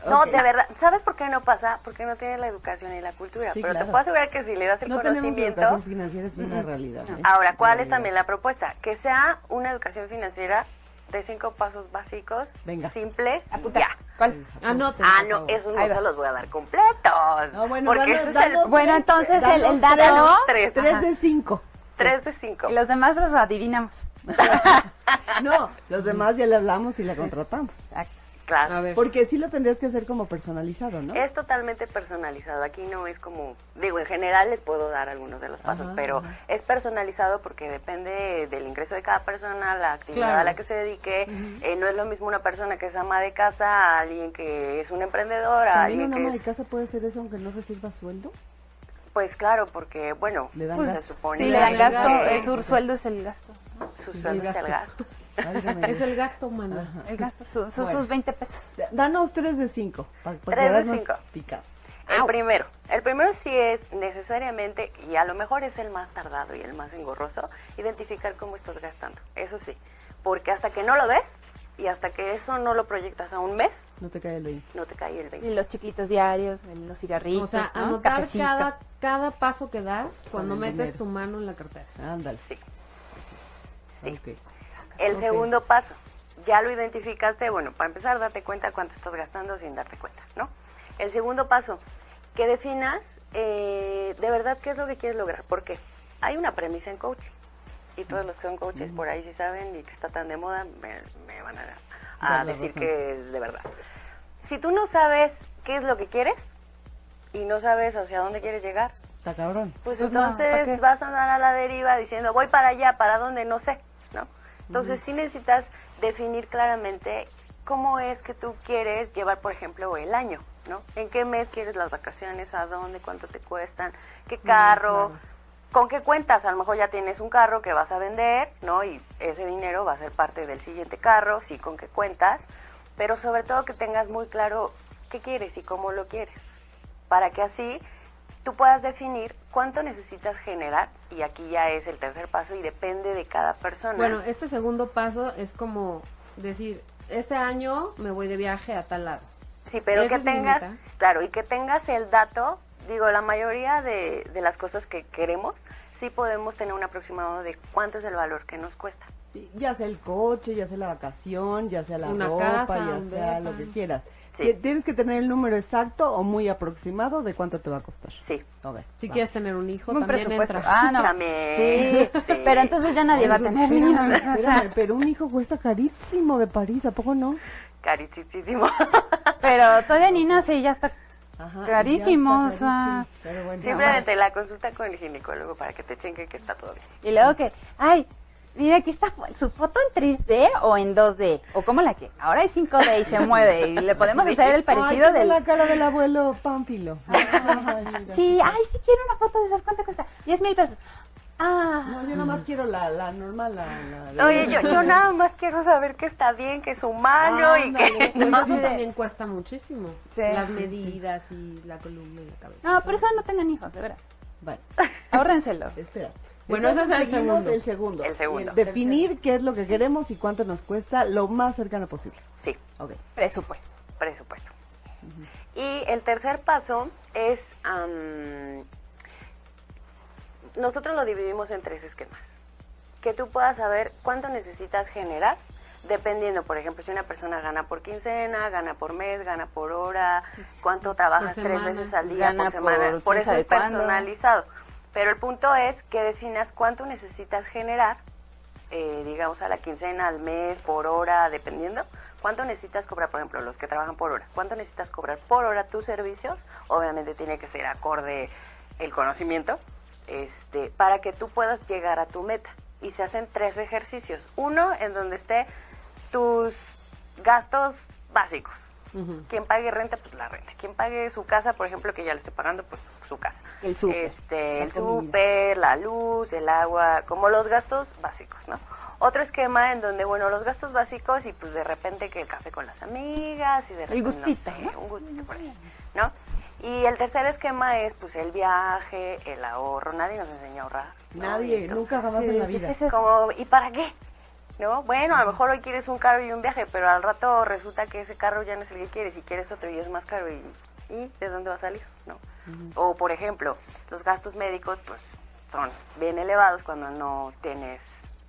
Speaker 6: No,
Speaker 3: Ok.
Speaker 6: de verdad. ¿Sabes por qué no pasa? Porque no tienes la educación y la cultura.
Speaker 3: Sí,
Speaker 6: Pero te
Speaker 3: claro.
Speaker 6: puedo asegurar que si le das el
Speaker 3: No tenemos
Speaker 6: conocimiento.
Speaker 3: educación financiera, es una realidad. ¿eh?
Speaker 6: Ahora, ¿cuál es
Speaker 3: Realidad.
Speaker 6: también la propuesta? Que sea una educación financiera de cinco pasos básicos,
Speaker 3: Venga.
Speaker 6: simples,
Speaker 2: Apunta.
Speaker 6: ya.
Speaker 2: Ah, ¿Cuál?
Speaker 4: Anoten,
Speaker 6: Ah,
Speaker 4: por
Speaker 6: no,
Speaker 4: favor.
Speaker 6: esos no
Speaker 2: Ahí va.
Speaker 6: se los voy a dar completos.
Speaker 3: No, bueno,
Speaker 6: porque
Speaker 3: danos-
Speaker 6: ese es
Speaker 3: danos
Speaker 6: el
Speaker 2: Bueno,
Speaker 3: tres,
Speaker 2: entonces,
Speaker 3: danos
Speaker 2: el- el
Speaker 3: tres,
Speaker 2: dato-
Speaker 3: danos
Speaker 6: tres,
Speaker 3: Tres
Speaker 6: ajá.
Speaker 3: de cinco.
Speaker 6: 3 de 5.
Speaker 2: Y los demás los adivinamos.
Speaker 3: No, los demás ya le hablamos y la contratamos.
Speaker 6: Claro.
Speaker 4: A ver,
Speaker 3: Porque sí lo tendrías que hacer como personalizado, ¿no?
Speaker 6: Es totalmente personalizado. Aquí no es como, digo, en general les puedo dar algunos de los pasos,
Speaker 3: Ajá,
Speaker 6: pero
Speaker 3: ajá.
Speaker 6: es personalizado porque depende del ingreso de cada persona, la actividad
Speaker 4: Claro.
Speaker 6: a la que se dedique. Eh, no es lo mismo una persona que es ama de casa, a alguien que es un emprendedor, a
Speaker 3: También
Speaker 6: alguien
Speaker 3: una
Speaker 6: que
Speaker 3: ama de
Speaker 6: es,
Speaker 3: casa puede hacer eso aunque no reciba sueldo.
Speaker 6: pues claro, porque bueno,
Speaker 3: Le dan
Speaker 2: Pues,
Speaker 6: se
Speaker 3: gasto.
Speaker 6: supone
Speaker 2: Sí, le dan gasto,
Speaker 6: que
Speaker 2: es su sueldo es el gasto. ¿no?
Speaker 6: su sueldo es el gasto.
Speaker 3: Válgame.
Speaker 4: es el gasto humano.
Speaker 2: El gasto, su- su-
Speaker 3: Bueno.
Speaker 2: sus 20 pesos.
Speaker 3: Danos tres de cinco. Para,
Speaker 6: Tres de
Speaker 3: quedarnos
Speaker 6: cinco.
Speaker 3: picados.
Speaker 6: El primero, el primero sí es necesariamente, y a lo mejor es el más tardado y el más engorroso, identificar cómo estás gastando. Eso sí, porque hasta que no lo ves y hasta que eso no lo proyectas a un mes,
Speaker 3: No te cae el oído.
Speaker 6: no te cae el 20.
Speaker 2: Y los chiquitos diarios, los cigarritos,
Speaker 4: O sea,
Speaker 2: ¿no?
Speaker 4: anotar
Speaker 2: Cafecito.
Speaker 4: cada, cada paso que das cuando
Speaker 3: el
Speaker 4: metes
Speaker 3: dinero.
Speaker 4: tu mano en la cartera.
Speaker 3: Ándale.
Speaker 6: Sí. Sí.
Speaker 3: Ok.
Speaker 6: El
Speaker 4: Ok.
Speaker 6: segundo paso, ya lo identificaste, bueno, para empezar, date cuenta cuánto estás gastando sin darte cuenta, ¿no? El segundo paso, que definas eh, de verdad qué es lo que quieres lograr, porque hay una premisa en coaching, y todos los que son coaches por ahí sí saben y que está tan de moda, me, me van a, a
Speaker 3: Dar la
Speaker 6: decir
Speaker 3: razón.
Speaker 6: que es de verdad. Si tú no sabes qué es lo que quieres y no sabes hacia dónde quieres llegar,
Speaker 3: Está cabrón.
Speaker 6: pues
Speaker 2: Pues no, ¿para
Speaker 6: entonces
Speaker 2: qué?
Speaker 6: vas a andar a la deriva diciendo voy para allá, para dónde, no sé, ¿no? Entonces sí necesitas definir claramente cómo es que tú quieres llevar, por ejemplo, el año, ¿no? ¿En qué mes quieres las vacaciones? ¿A dónde? ¿Cuánto te cuestan? ¿Qué carro?
Speaker 4: claro.
Speaker 6: ¿Con qué cuentas? A lo mejor ya tienes un carro que vas a vender, ¿no? Y ese dinero va a ser parte del siguiente carro, sí, con qué cuentas, pero sobre todo que tengas muy claro qué quieres y cómo lo quieres, para que así tú puedas definir cuánto necesitas generar, y aquí ya es el tercer paso y depende de cada persona.
Speaker 4: Bueno, este segundo paso es como decir, este año me voy de viaje a tal lado.
Speaker 6: Sí, pero
Speaker 4: Esa
Speaker 6: que
Speaker 4: es mi
Speaker 6: tengas,
Speaker 4: meta.
Speaker 6: claro, y que tengas el dato, digo, la mayoría de, de las cosas que queremos, sí podemos tener un aproximado de cuánto es el valor que nos cuesta.
Speaker 3: Sí, ya sea el coche, ya sea la vacación, ya sea la
Speaker 4: Una
Speaker 3: ropa,
Speaker 4: casa,
Speaker 3: ya
Speaker 4: un
Speaker 3: sea
Speaker 4: depa.
Speaker 3: lo que quieras.
Speaker 6: Sí.
Speaker 3: Que Tienes que tener el número exacto o muy aproximado de cuánto te va a costar.
Speaker 6: Sí.
Speaker 3: A ver,
Speaker 4: Si
Speaker 3: va.
Speaker 4: quieres tener un hijo,
Speaker 2: Un
Speaker 4: también
Speaker 2: presupuesto.
Speaker 4: entra.
Speaker 2: Pues Ah, no.
Speaker 6: También.
Speaker 2: Sí,
Speaker 6: Sí.
Speaker 2: pero entonces ya nadie va a tener
Speaker 3: Espérame,
Speaker 2: niños. O
Speaker 3: espérame,
Speaker 2: sea,
Speaker 3: pero un hijo cuesta carísimo de París, ¿a poco no?
Speaker 6: Carísimo.
Speaker 2: pero todavía ni nace y ya está
Speaker 3: Ajá,
Speaker 2: carísimo.
Speaker 3: ya
Speaker 2: O
Speaker 3: está
Speaker 2: sea,
Speaker 3: carísimo, pero bueno.
Speaker 6: Simplemente la consulta con el ginecólogo para que te chequen que está todo bien.
Speaker 2: y luego que, ay, mira, aquí está su foto en 3D o en 2D. O como la que ahora es 5D y se mueve. Y le podemos hacer el parecido
Speaker 3: Ay, tengo
Speaker 2: del. Ah.
Speaker 3: la cara del abuelo Pánfilo. Ay, mira.
Speaker 2: Sí, ay, sí quiero una foto de esas. ¿Cuánto cuesta? 10 mil pesos. Ah,
Speaker 3: No, yo nada más quiero la, la normal, la, la- la-
Speaker 6: Oye, yo, yo nada más quiero saber que está bien, que es humano y que...
Speaker 3: Ándale.
Speaker 4: Pues
Speaker 2: Ajá.
Speaker 4: eso también cuesta muchísimo.
Speaker 2: Sí.
Speaker 4: Las medidas y la columna y la cabeza.
Speaker 2: no, por eso no tengan hijos, de verdad.
Speaker 3: Bueno,
Speaker 2: Ahórrenselo.
Speaker 3: espera.
Speaker 4: Bueno, ese es el
Speaker 3: seguimos
Speaker 4: segundo.
Speaker 3: El segundo.
Speaker 6: El segundo.
Speaker 3: Definir qué es lo que queremos y cuánto nos cuesta lo más cercano posible.
Speaker 6: Sí.
Speaker 3: Ok.
Speaker 2: Presupuesto.
Speaker 6: presupuesto. Y el tercer paso es, am, nosotros lo dividimos en tres esquemas. Que tú puedas saber cuánto necesitas generar, dependiendo, por ejemplo, si una persona gana por quincena, gana por mes, gana por hora, cuánto trabajas
Speaker 4: Por
Speaker 6: tres
Speaker 4: semana.
Speaker 6: veces al día
Speaker 2: Gana
Speaker 6: por semana.
Speaker 2: por
Speaker 6: Por,
Speaker 2: quién
Speaker 6: eso
Speaker 2: sabe
Speaker 6: es
Speaker 2: cuándo.
Speaker 6: personalizado. Pero el punto es que definas cuánto necesitas generar eh, digamos, a la quincena, al mes, por hora, dependiendo. ¿Cuánto necesitas cobrar, por ejemplo, los que trabajan por hora? ¿Cuánto necesitas cobrar por hora tus servicios? Obviamente tiene que ser acorde el conocimiento, este, para que tú puedas llegar a tu meta. Y se hacen tres ejercicios. Uno en donde esté tus gastos básicos.
Speaker 4: Ujú.
Speaker 6: Quien pague renta, pues la renta. Quien pague su casa, por ejemplo, que ya le estoy pagando, pues su casa.
Speaker 2: El súper,
Speaker 6: este,
Speaker 2: la
Speaker 6: el
Speaker 2: comida.
Speaker 6: súper, la luz, el agua, como los gastos básicos, ¿no? Otro esquema en donde, bueno, los gastos básicos y pues de repente que el café con las amigas y de repente, no
Speaker 2: gustito,
Speaker 6: sé,
Speaker 2: ¿no? Mm.
Speaker 6: un gustito por ahí, ¿no? Y el tercer esquema es pues el viaje, el ahorro, nadie nos enseña a ahorrar. ¿no? Y
Speaker 3: Nadie,
Speaker 6: entonces-
Speaker 3: nunca jamás en la vida.
Speaker 2: es eso?
Speaker 6: como, ¿y para qué? ¿No? Bueno, a lo mejor hoy quieres un carro y un viaje, pero al rato resulta que ese carro ya no es el que quieres y quieres otro y es más caro y, ¿y ¿de dónde va a salir? ¿No? O por ejemplo, los gastos médicos pues son bien elevados cuando no tienes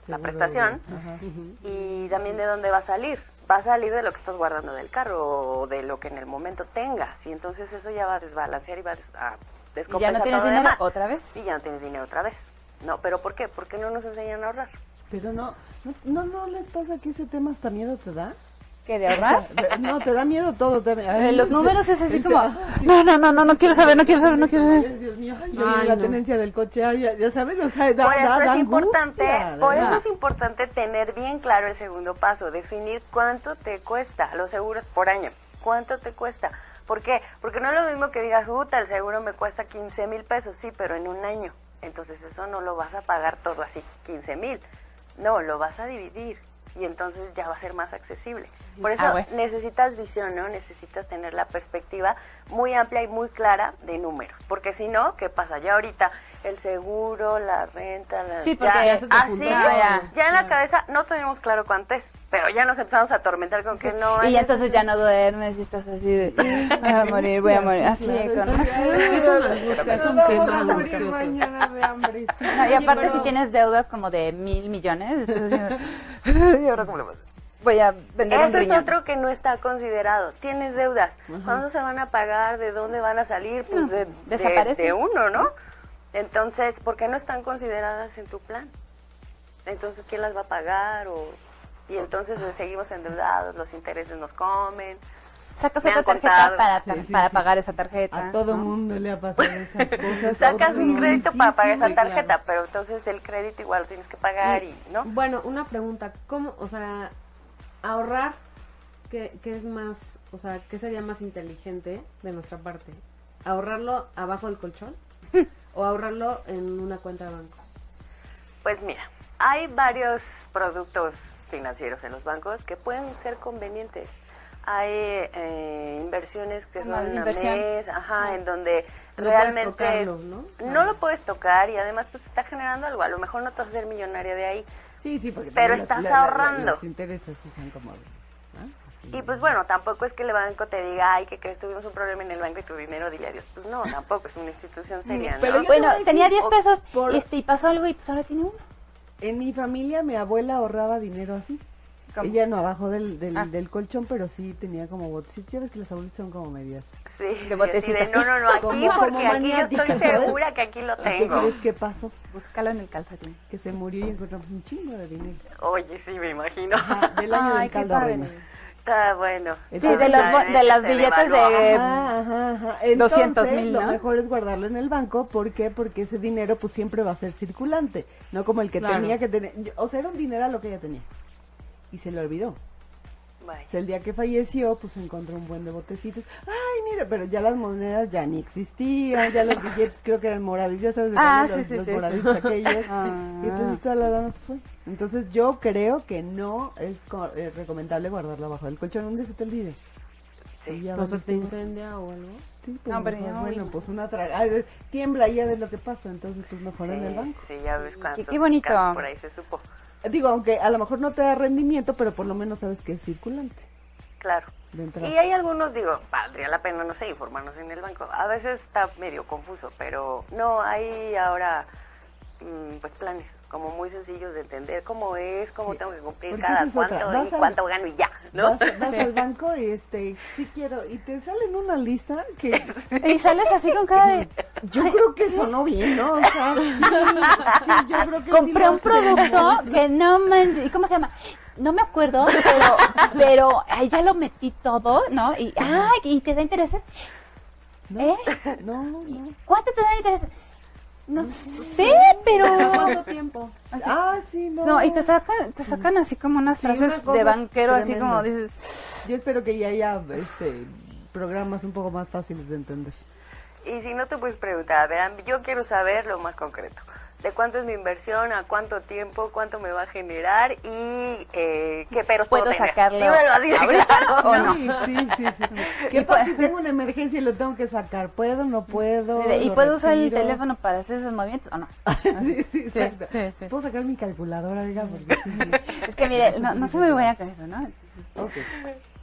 Speaker 6: la prestación y también de dónde va a salir. Va a salir de lo que estás guardando del carro o de lo que en el momento tengas y entonces eso ya va a desbalancear y va a, des-
Speaker 2: Y
Speaker 6: a
Speaker 2: ya
Speaker 6: descompensar
Speaker 2: no tienes
Speaker 6: todo lo
Speaker 2: dinero
Speaker 6: demás.
Speaker 2: otra vez.
Speaker 6: Y ya no tienes dinero otra vez. No, pero ¿por qué? Porque no nos enseñan a ahorrar.
Speaker 3: Pero no, no, no, no les pasa que ese tema hasta miedo te da.
Speaker 2: ¿Qué de ahorrar?
Speaker 3: No, te da miedo todo. te-
Speaker 2: Eh,
Speaker 3: ay,
Speaker 2: los
Speaker 3: ese-
Speaker 2: números es así
Speaker 3: ese-
Speaker 2: como, no, no, no, no, no quiero saber, no quiero saber, no quiero saber.
Speaker 3: Dios mío, ay,
Speaker 4: Ay,
Speaker 3: la
Speaker 4: no.
Speaker 3: tenencia del coche, ay, ya, ya sabes, o sea, da,
Speaker 6: por eso
Speaker 3: da- da
Speaker 6: es importante,
Speaker 3: angustia, de
Speaker 6: por
Speaker 3: verdad.
Speaker 6: eso es importante tener bien claro el segundo paso, definir cuánto te cuesta los seguros por año, cuánto te cuesta. ¿Por qué? Porque no es lo mismo que digas, puta, el seguro me cuesta 15 mil pesos, sí, pero en un año. Entonces eso no lo vas a pagar todo así, 15 mil. No, lo vas a dividir y entonces ya va a ser más accesible. Por eso
Speaker 2: Ah, bueno.
Speaker 6: necesitas visión, ¿no? Necesitas tener la perspectiva muy amplia y muy clara de números. Porque si no, ¿qué pasa? Ya ahorita el seguro, la renta, la...
Speaker 2: Sí, porque ya se te
Speaker 6: así,
Speaker 2: juntó. Ah,
Speaker 6: ya,
Speaker 2: Ya.
Speaker 6: ya en la cabeza no tenemos claro cuánto es, pero ya nos empezamos a atormentar con que no...
Speaker 2: Y
Speaker 6: es-
Speaker 2: ya entonces ya no duermes y estás así de, "Ah, voy a morir, voy a morir. Así con...
Speaker 4: Sí, es una angustia, es un tema
Speaker 3: Vamos a morir
Speaker 4: angustioso.
Speaker 3: mañana de hambre, sí.
Speaker 2: No, y aparte
Speaker 4: pero-
Speaker 2: si tienes deudas como de mil millones, estás haciendo, ¿y ahora cómo le vas a hacer? Voy a vender un
Speaker 6: Ese es
Speaker 2: riñón.
Speaker 6: otro que no está considerado. Tienes deudas. ¿Cuándo se van a pagar? ¿De dónde van a salir? Pues de, de-
Speaker 2: desaparecen.
Speaker 6: de uno, ¿no? Entonces, ¿por qué no están consideradas en tu plan? Entonces, ¿quién las va a pagar? O, y entonces eh, seguimos endeudados, los intereses nos comen.
Speaker 2: Sacas
Speaker 6: Me
Speaker 2: otra
Speaker 6: han
Speaker 2: tarjeta
Speaker 6: contado.
Speaker 2: para,
Speaker 3: Sí, sí,
Speaker 2: para
Speaker 3: sí.
Speaker 2: pagar esa tarjeta.
Speaker 3: A todo
Speaker 2: ¿no?
Speaker 3: mundo le ha pasado esas cosas.
Speaker 2: Pues,
Speaker 6: Sacas un
Speaker 3: horribles.
Speaker 6: crédito para pagar esa tarjeta,
Speaker 4: claro.
Speaker 6: pero entonces el crédito igual lo tienes que pagar y, ¿no?
Speaker 4: Bueno, una pregunta, ¿cómo, o sea, ahorrar, ¿qué, qué es más, o sea, qué sería más inteligente de nuestra parte? ¿Ahorrarlo abajo del colchón o ahorrarlo en una cuenta de banco?
Speaker 6: Pues mira, hay varios productos financieros en los bancos que pueden ser convenientes. Hay eh, inversiones que
Speaker 2: Como
Speaker 6: son
Speaker 2: de
Speaker 6: una
Speaker 2: inversión.
Speaker 6: mes, ajá, en donde
Speaker 4: No
Speaker 6: realmente
Speaker 4: puedes tocarlo, ¿no?
Speaker 6: no lo puedes tocar y además pues está generando algo. A lo mejor no te vas a ser millonaria de ahí.
Speaker 3: Sí, sí, porque
Speaker 6: Pero
Speaker 3: también
Speaker 6: estás
Speaker 3: las- la- la-
Speaker 6: ahorrando.
Speaker 3: Los intereses sí son como... ¿no?
Speaker 6: Y pues bueno, tampoco es que el banco te diga, ay, que crees, tuvimos un problema en el banco y tu dinero di adiós. Pues no, tampoco es una institución seria. ¿no?
Speaker 3: Pero yo te voy a
Speaker 2: Bueno,
Speaker 3: decir,
Speaker 2: tenía 10
Speaker 3: o-
Speaker 2: pesos
Speaker 3: por-
Speaker 2: este, y pasó algo y pues ahora tiene uno.
Speaker 3: En mi familia, mi abuela ahorraba dinero así.
Speaker 2: ¿Cómo?
Speaker 3: Ella no abajo del, del,
Speaker 2: Ah.
Speaker 3: del colchón, pero sí tenía como botecitos. Ya ves que las abuelitas son como medias.
Speaker 6: Sí, sí, así
Speaker 2: botecito.
Speaker 6: de, no, no, no, aquí
Speaker 3: Como- como
Speaker 6: porque aquí yo
Speaker 3: maniática,
Speaker 6: estoy
Speaker 3: ¿sabes?
Speaker 6: segura que aquí lo
Speaker 3: ¿Qué
Speaker 6: tengo.
Speaker 3: crees que pasó?
Speaker 2: Búscalo en el calcetín.
Speaker 3: Que se murió y encontramos un chingo de dinero.
Speaker 6: Oye, sí, me imagino.
Speaker 3: Ah, del año
Speaker 2: Ay,
Speaker 3: del
Speaker 2: qué
Speaker 3: caldo
Speaker 2: padre.
Speaker 3: arena.
Speaker 6: Está Ah, bueno.
Speaker 3: Sí,
Speaker 2: Sí, de, los, bo- de las billetes de...
Speaker 3: Ajá, Ah, ajá, ajá.
Speaker 2: 200,000,
Speaker 3: Entonces,
Speaker 2: Eh, ¿no?
Speaker 3: Lo mejor es guardarlo en el banco. ¿Por qué? Porque ese dinero pues siempre va a ser circulante. No como el que
Speaker 4: Claro.
Speaker 3: tenía que tener. yo- O sea, era un dinero lo que ella tenía. Y se le olvidó. O sea, el día que falleció, pues encontró un buen de botecitos. Ay, mira, pero ya las monedas ya ni existían, ya los billetes creo que eran moraditos, ya sabes, de
Speaker 2: Ah,
Speaker 3: cuando
Speaker 2: sí,
Speaker 3: los,
Speaker 2: sí,
Speaker 3: los
Speaker 2: sí.
Speaker 3: moraditos aquellos.
Speaker 2: Ah.
Speaker 3: Y entonces toda la dama se fue. Entonces yo creo que no es co- eh, recomendable guardarlo abajo del colchón, donde se te olvide. Y ya
Speaker 4: ¿No
Speaker 2: pues,
Speaker 4: se
Speaker 3: valiste
Speaker 4: te
Speaker 3: gorro.
Speaker 4: incendia o algo?
Speaker 3: Sí, pues,
Speaker 2: No, pero
Speaker 3: mejor,
Speaker 2: ya,
Speaker 3: bueno,
Speaker 2: uy.
Speaker 3: pues una traga. ay, Tiembla y ya ves lo que pasa, entonces pues mejor en el banco.
Speaker 6: Sí, ya ves cuántos
Speaker 2: qué bonito.
Speaker 6: casos por ahí se supo.
Speaker 3: Digo, aunque a lo mejor no te da rendimiento, pero por lo menos sabes que es circulante.
Speaker 6: Claro.
Speaker 3: De entrada.
Speaker 6: Y hay algunos, digo, valdría la pena, no sé, informarnos en el banco. A veces está medio confuso, pero no, hay ahora mm, pues planes como muy sencillos de entender cómo es, cómo tengo que cumplir
Speaker 3: Porque
Speaker 6: cada
Speaker 3: esa es otra.
Speaker 6: cuánto
Speaker 3: Vas
Speaker 6: y
Speaker 3: al-
Speaker 6: cuánto gano y ya, ¿no?
Speaker 3: Vas, vas al banco y este, sí quiero, y te salen una lista que
Speaker 2: Y sales así con cara de...
Speaker 3: yo creo que sonó bien, ¿no? O sea, sí, sí, yo creo que sí
Speaker 2: compré
Speaker 3: lo
Speaker 2: un
Speaker 3: hacemos.
Speaker 2: producto que no manches, ¿y ¿cómo se llama? No me acuerdo, pero, pero ay, ya lo metí todo, ¿no? Y, ay, ¿y te da intereses?
Speaker 3: No,
Speaker 2: ¿Eh?
Speaker 3: no, no.
Speaker 2: ¿Cuánto te da intereses? No sé, pero...
Speaker 4: ¿Cuánto tiempo?
Speaker 3: Ah, sí, no.
Speaker 2: No, y te sacan, te sacan así como unas
Speaker 3: Sí, una
Speaker 2: frases
Speaker 3: cosa
Speaker 2: de banquero, así
Speaker 3: tremenda.
Speaker 2: como dices,
Speaker 3: Yo espero que ya haya este, programas un poco más fáciles de entender.
Speaker 6: Y si no te puedes preguntar, a ver, yo quiero saber lo más concreto. De cuánto es mi inversión, a cuánto tiempo, cuánto me va a generar y eh, qué peros puedo,
Speaker 2: ¿Puedo
Speaker 6: tener.
Speaker 2: sacarlo
Speaker 6: Dímelo así de
Speaker 2: ahorita
Speaker 6: claro.
Speaker 2: o no? pues
Speaker 3: Sí, sí, sí, sí. ¿Qué pasa si tengo una emergencia y lo tengo que sacar? ¿Puedo? ¿No puedo?
Speaker 2: ¿Y
Speaker 3: ¿Lo
Speaker 2: puedo usar el
Speaker 3: retiro?
Speaker 2: teléfono para hacer esos movimientos o no?
Speaker 3: sí, sí, exacto.
Speaker 2: sí, sí.
Speaker 3: ¿Puedo sacar mi calculadora? Oiga, porque sí, sí.
Speaker 2: Es que mire, no, no soy muy buena con eso, ¿no?
Speaker 3: Ok.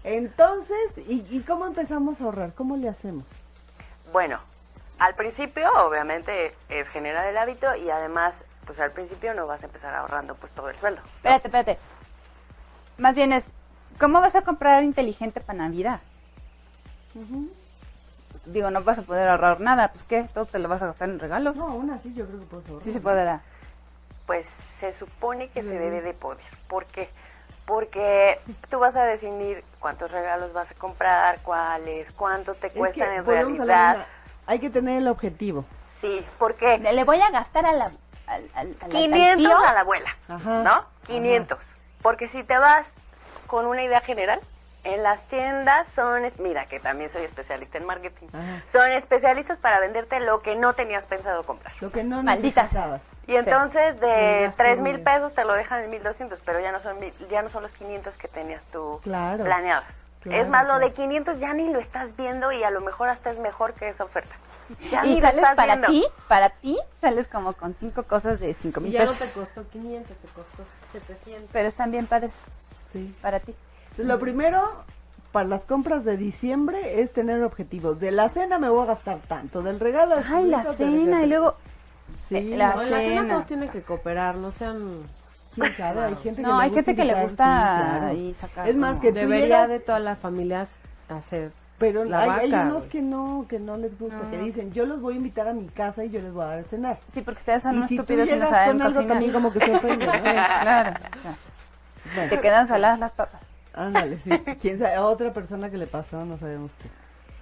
Speaker 3: Entonces, ¿y, y cómo empezamos a ahorrar? ¿Cómo le hacemos?
Speaker 6: Bueno, al principio obviamente es generar el hábito y además, pues al principio no vas a empezar ahorrando pues todo el sueldo.
Speaker 2: Espérate, espérate. Más bien es, ¿cómo vas a comprar inteligente para Navidad? Digo, no vas a poder ahorrar nada, pues ¿qué? ¿Todo te lo vas a gastar en regalos?
Speaker 3: No, aún así yo creo que puedo ahorrar.
Speaker 2: Sí se podrá.
Speaker 6: Pues se supone que se debe de poder. ¿Por qué? Porque tú vas a definir cuántos regalos vas a comprar, cuáles, cuánto te
Speaker 3: Es
Speaker 6: cuestan
Speaker 3: que
Speaker 6: en
Speaker 3: volvemos a la
Speaker 6: realidad.
Speaker 3: misma. Hay que tener el objetivo.
Speaker 6: Sí, porque
Speaker 2: Le, le voy a gastar a la... Al, al, al- al
Speaker 6: 500
Speaker 2: tío.
Speaker 6: a la abuela,
Speaker 3: Ajá.
Speaker 6: ¿no? 500. Porque si te vas con una idea general, en las tiendas son, es- mira, que también soy especialista en marketing,
Speaker 3: Ajá.
Speaker 6: son especialistas para venderte lo que no tenías pensado comprar.
Speaker 3: Lo que no
Speaker 2: Maldita
Speaker 3: necesitabas.
Speaker 6: Y entonces de
Speaker 4: gasto
Speaker 6: 3 mil
Speaker 4: de-
Speaker 6: pesos te lo dejan en 1200, pero ya no son mil- ya no son los 500 que tenías tú
Speaker 3: Claro.
Speaker 6: planeados.
Speaker 3: Claro,
Speaker 6: es más, lo
Speaker 3: claro.
Speaker 6: de 500 ya ni lo estás viendo y a lo mejor hasta es mejor que esa oferta. Ya ni
Speaker 2: Y
Speaker 6: lo
Speaker 2: sales
Speaker 6: estás
Speaker 2: para
Speaker 6: viendo.
Speaker 2: ti, para ti, sales como con cinco cosas de cinco
Speaker 4: Y
Speaker 2: mil
Speaker 4: ya no te
Speaker 2: pesos.
Speaker 4: costó 500, te costó 700.
Speaker 2: Pero están bien padres
Speaker 3: Sí.
Speaker 2: para ti.
Speaker 3: Entonces, Lo primero para las compras de diciembre es tener objetivos. De la cena me voy a gastar tanto, del regalo.
Speaker 2: Ay, la
Speaker 3: tanto,
Speaker 2: cena,
Speaker 3: de-
Speaker 2: y luego...
Speaker 3: Sí,
Speaker 2: eh, la
Speaker 3: no,
Speaker 4: O en la cena
Speaker 2: cena.
Speaker 4: todos tienen que cooperar, no sean...
Speaker 3: quién sabe, hay gente
Speaker 2: No,
Speaker 3: que
Speaker 2: hay
Speaker 3: le
Speaker 2: gente
Speaker 3: gusta
Speaker 2: que le
Speaker 3: invitar,
Speaker 2: gusta
Speaker 3: sí, claro.
Speaker 2: ahí sacar
Speaker 3: Es más
Speaker 2: como-
Speaker 3: que tú
Speaker 4: Debería
Speaker 3: llegas,
Speaker 4: de todas las familias hacer
Speaker 3: pero
Speaker 4: la
Speaker 3: hay,
Speaker 4: vaca.
Speaker 3: hay unos
Speaker 4: güey.
Speaker 3: que no, que no les gusta,
Speaker 2: Ah.
Speaker 3: que dicen, yo los voy a invitar a mi casa y yo les voy a dar de cenar.
Speaker 2: Sí, porque ustedes son
Speaker 3: y
Speaker 2: unos
Speaker 3: si tú
Speaker 2: estúpidos y no
Speaker 3: llegas
Speaker 2: saben
Speaker 3: con algo
Speaker 2: cocinar.
Speaker 3: también como que se ofende,
Speaker 2: Sí,
Speaker 3: ¿no?
Speaker 2: claro. o sea,
Speaker 3: Bueno.
Speaker 2: te quedan saladas las papas.
Speaker 3: Ándale, sí. ¿Quién sabe? A otra persona que le pasó, no sabemos qué.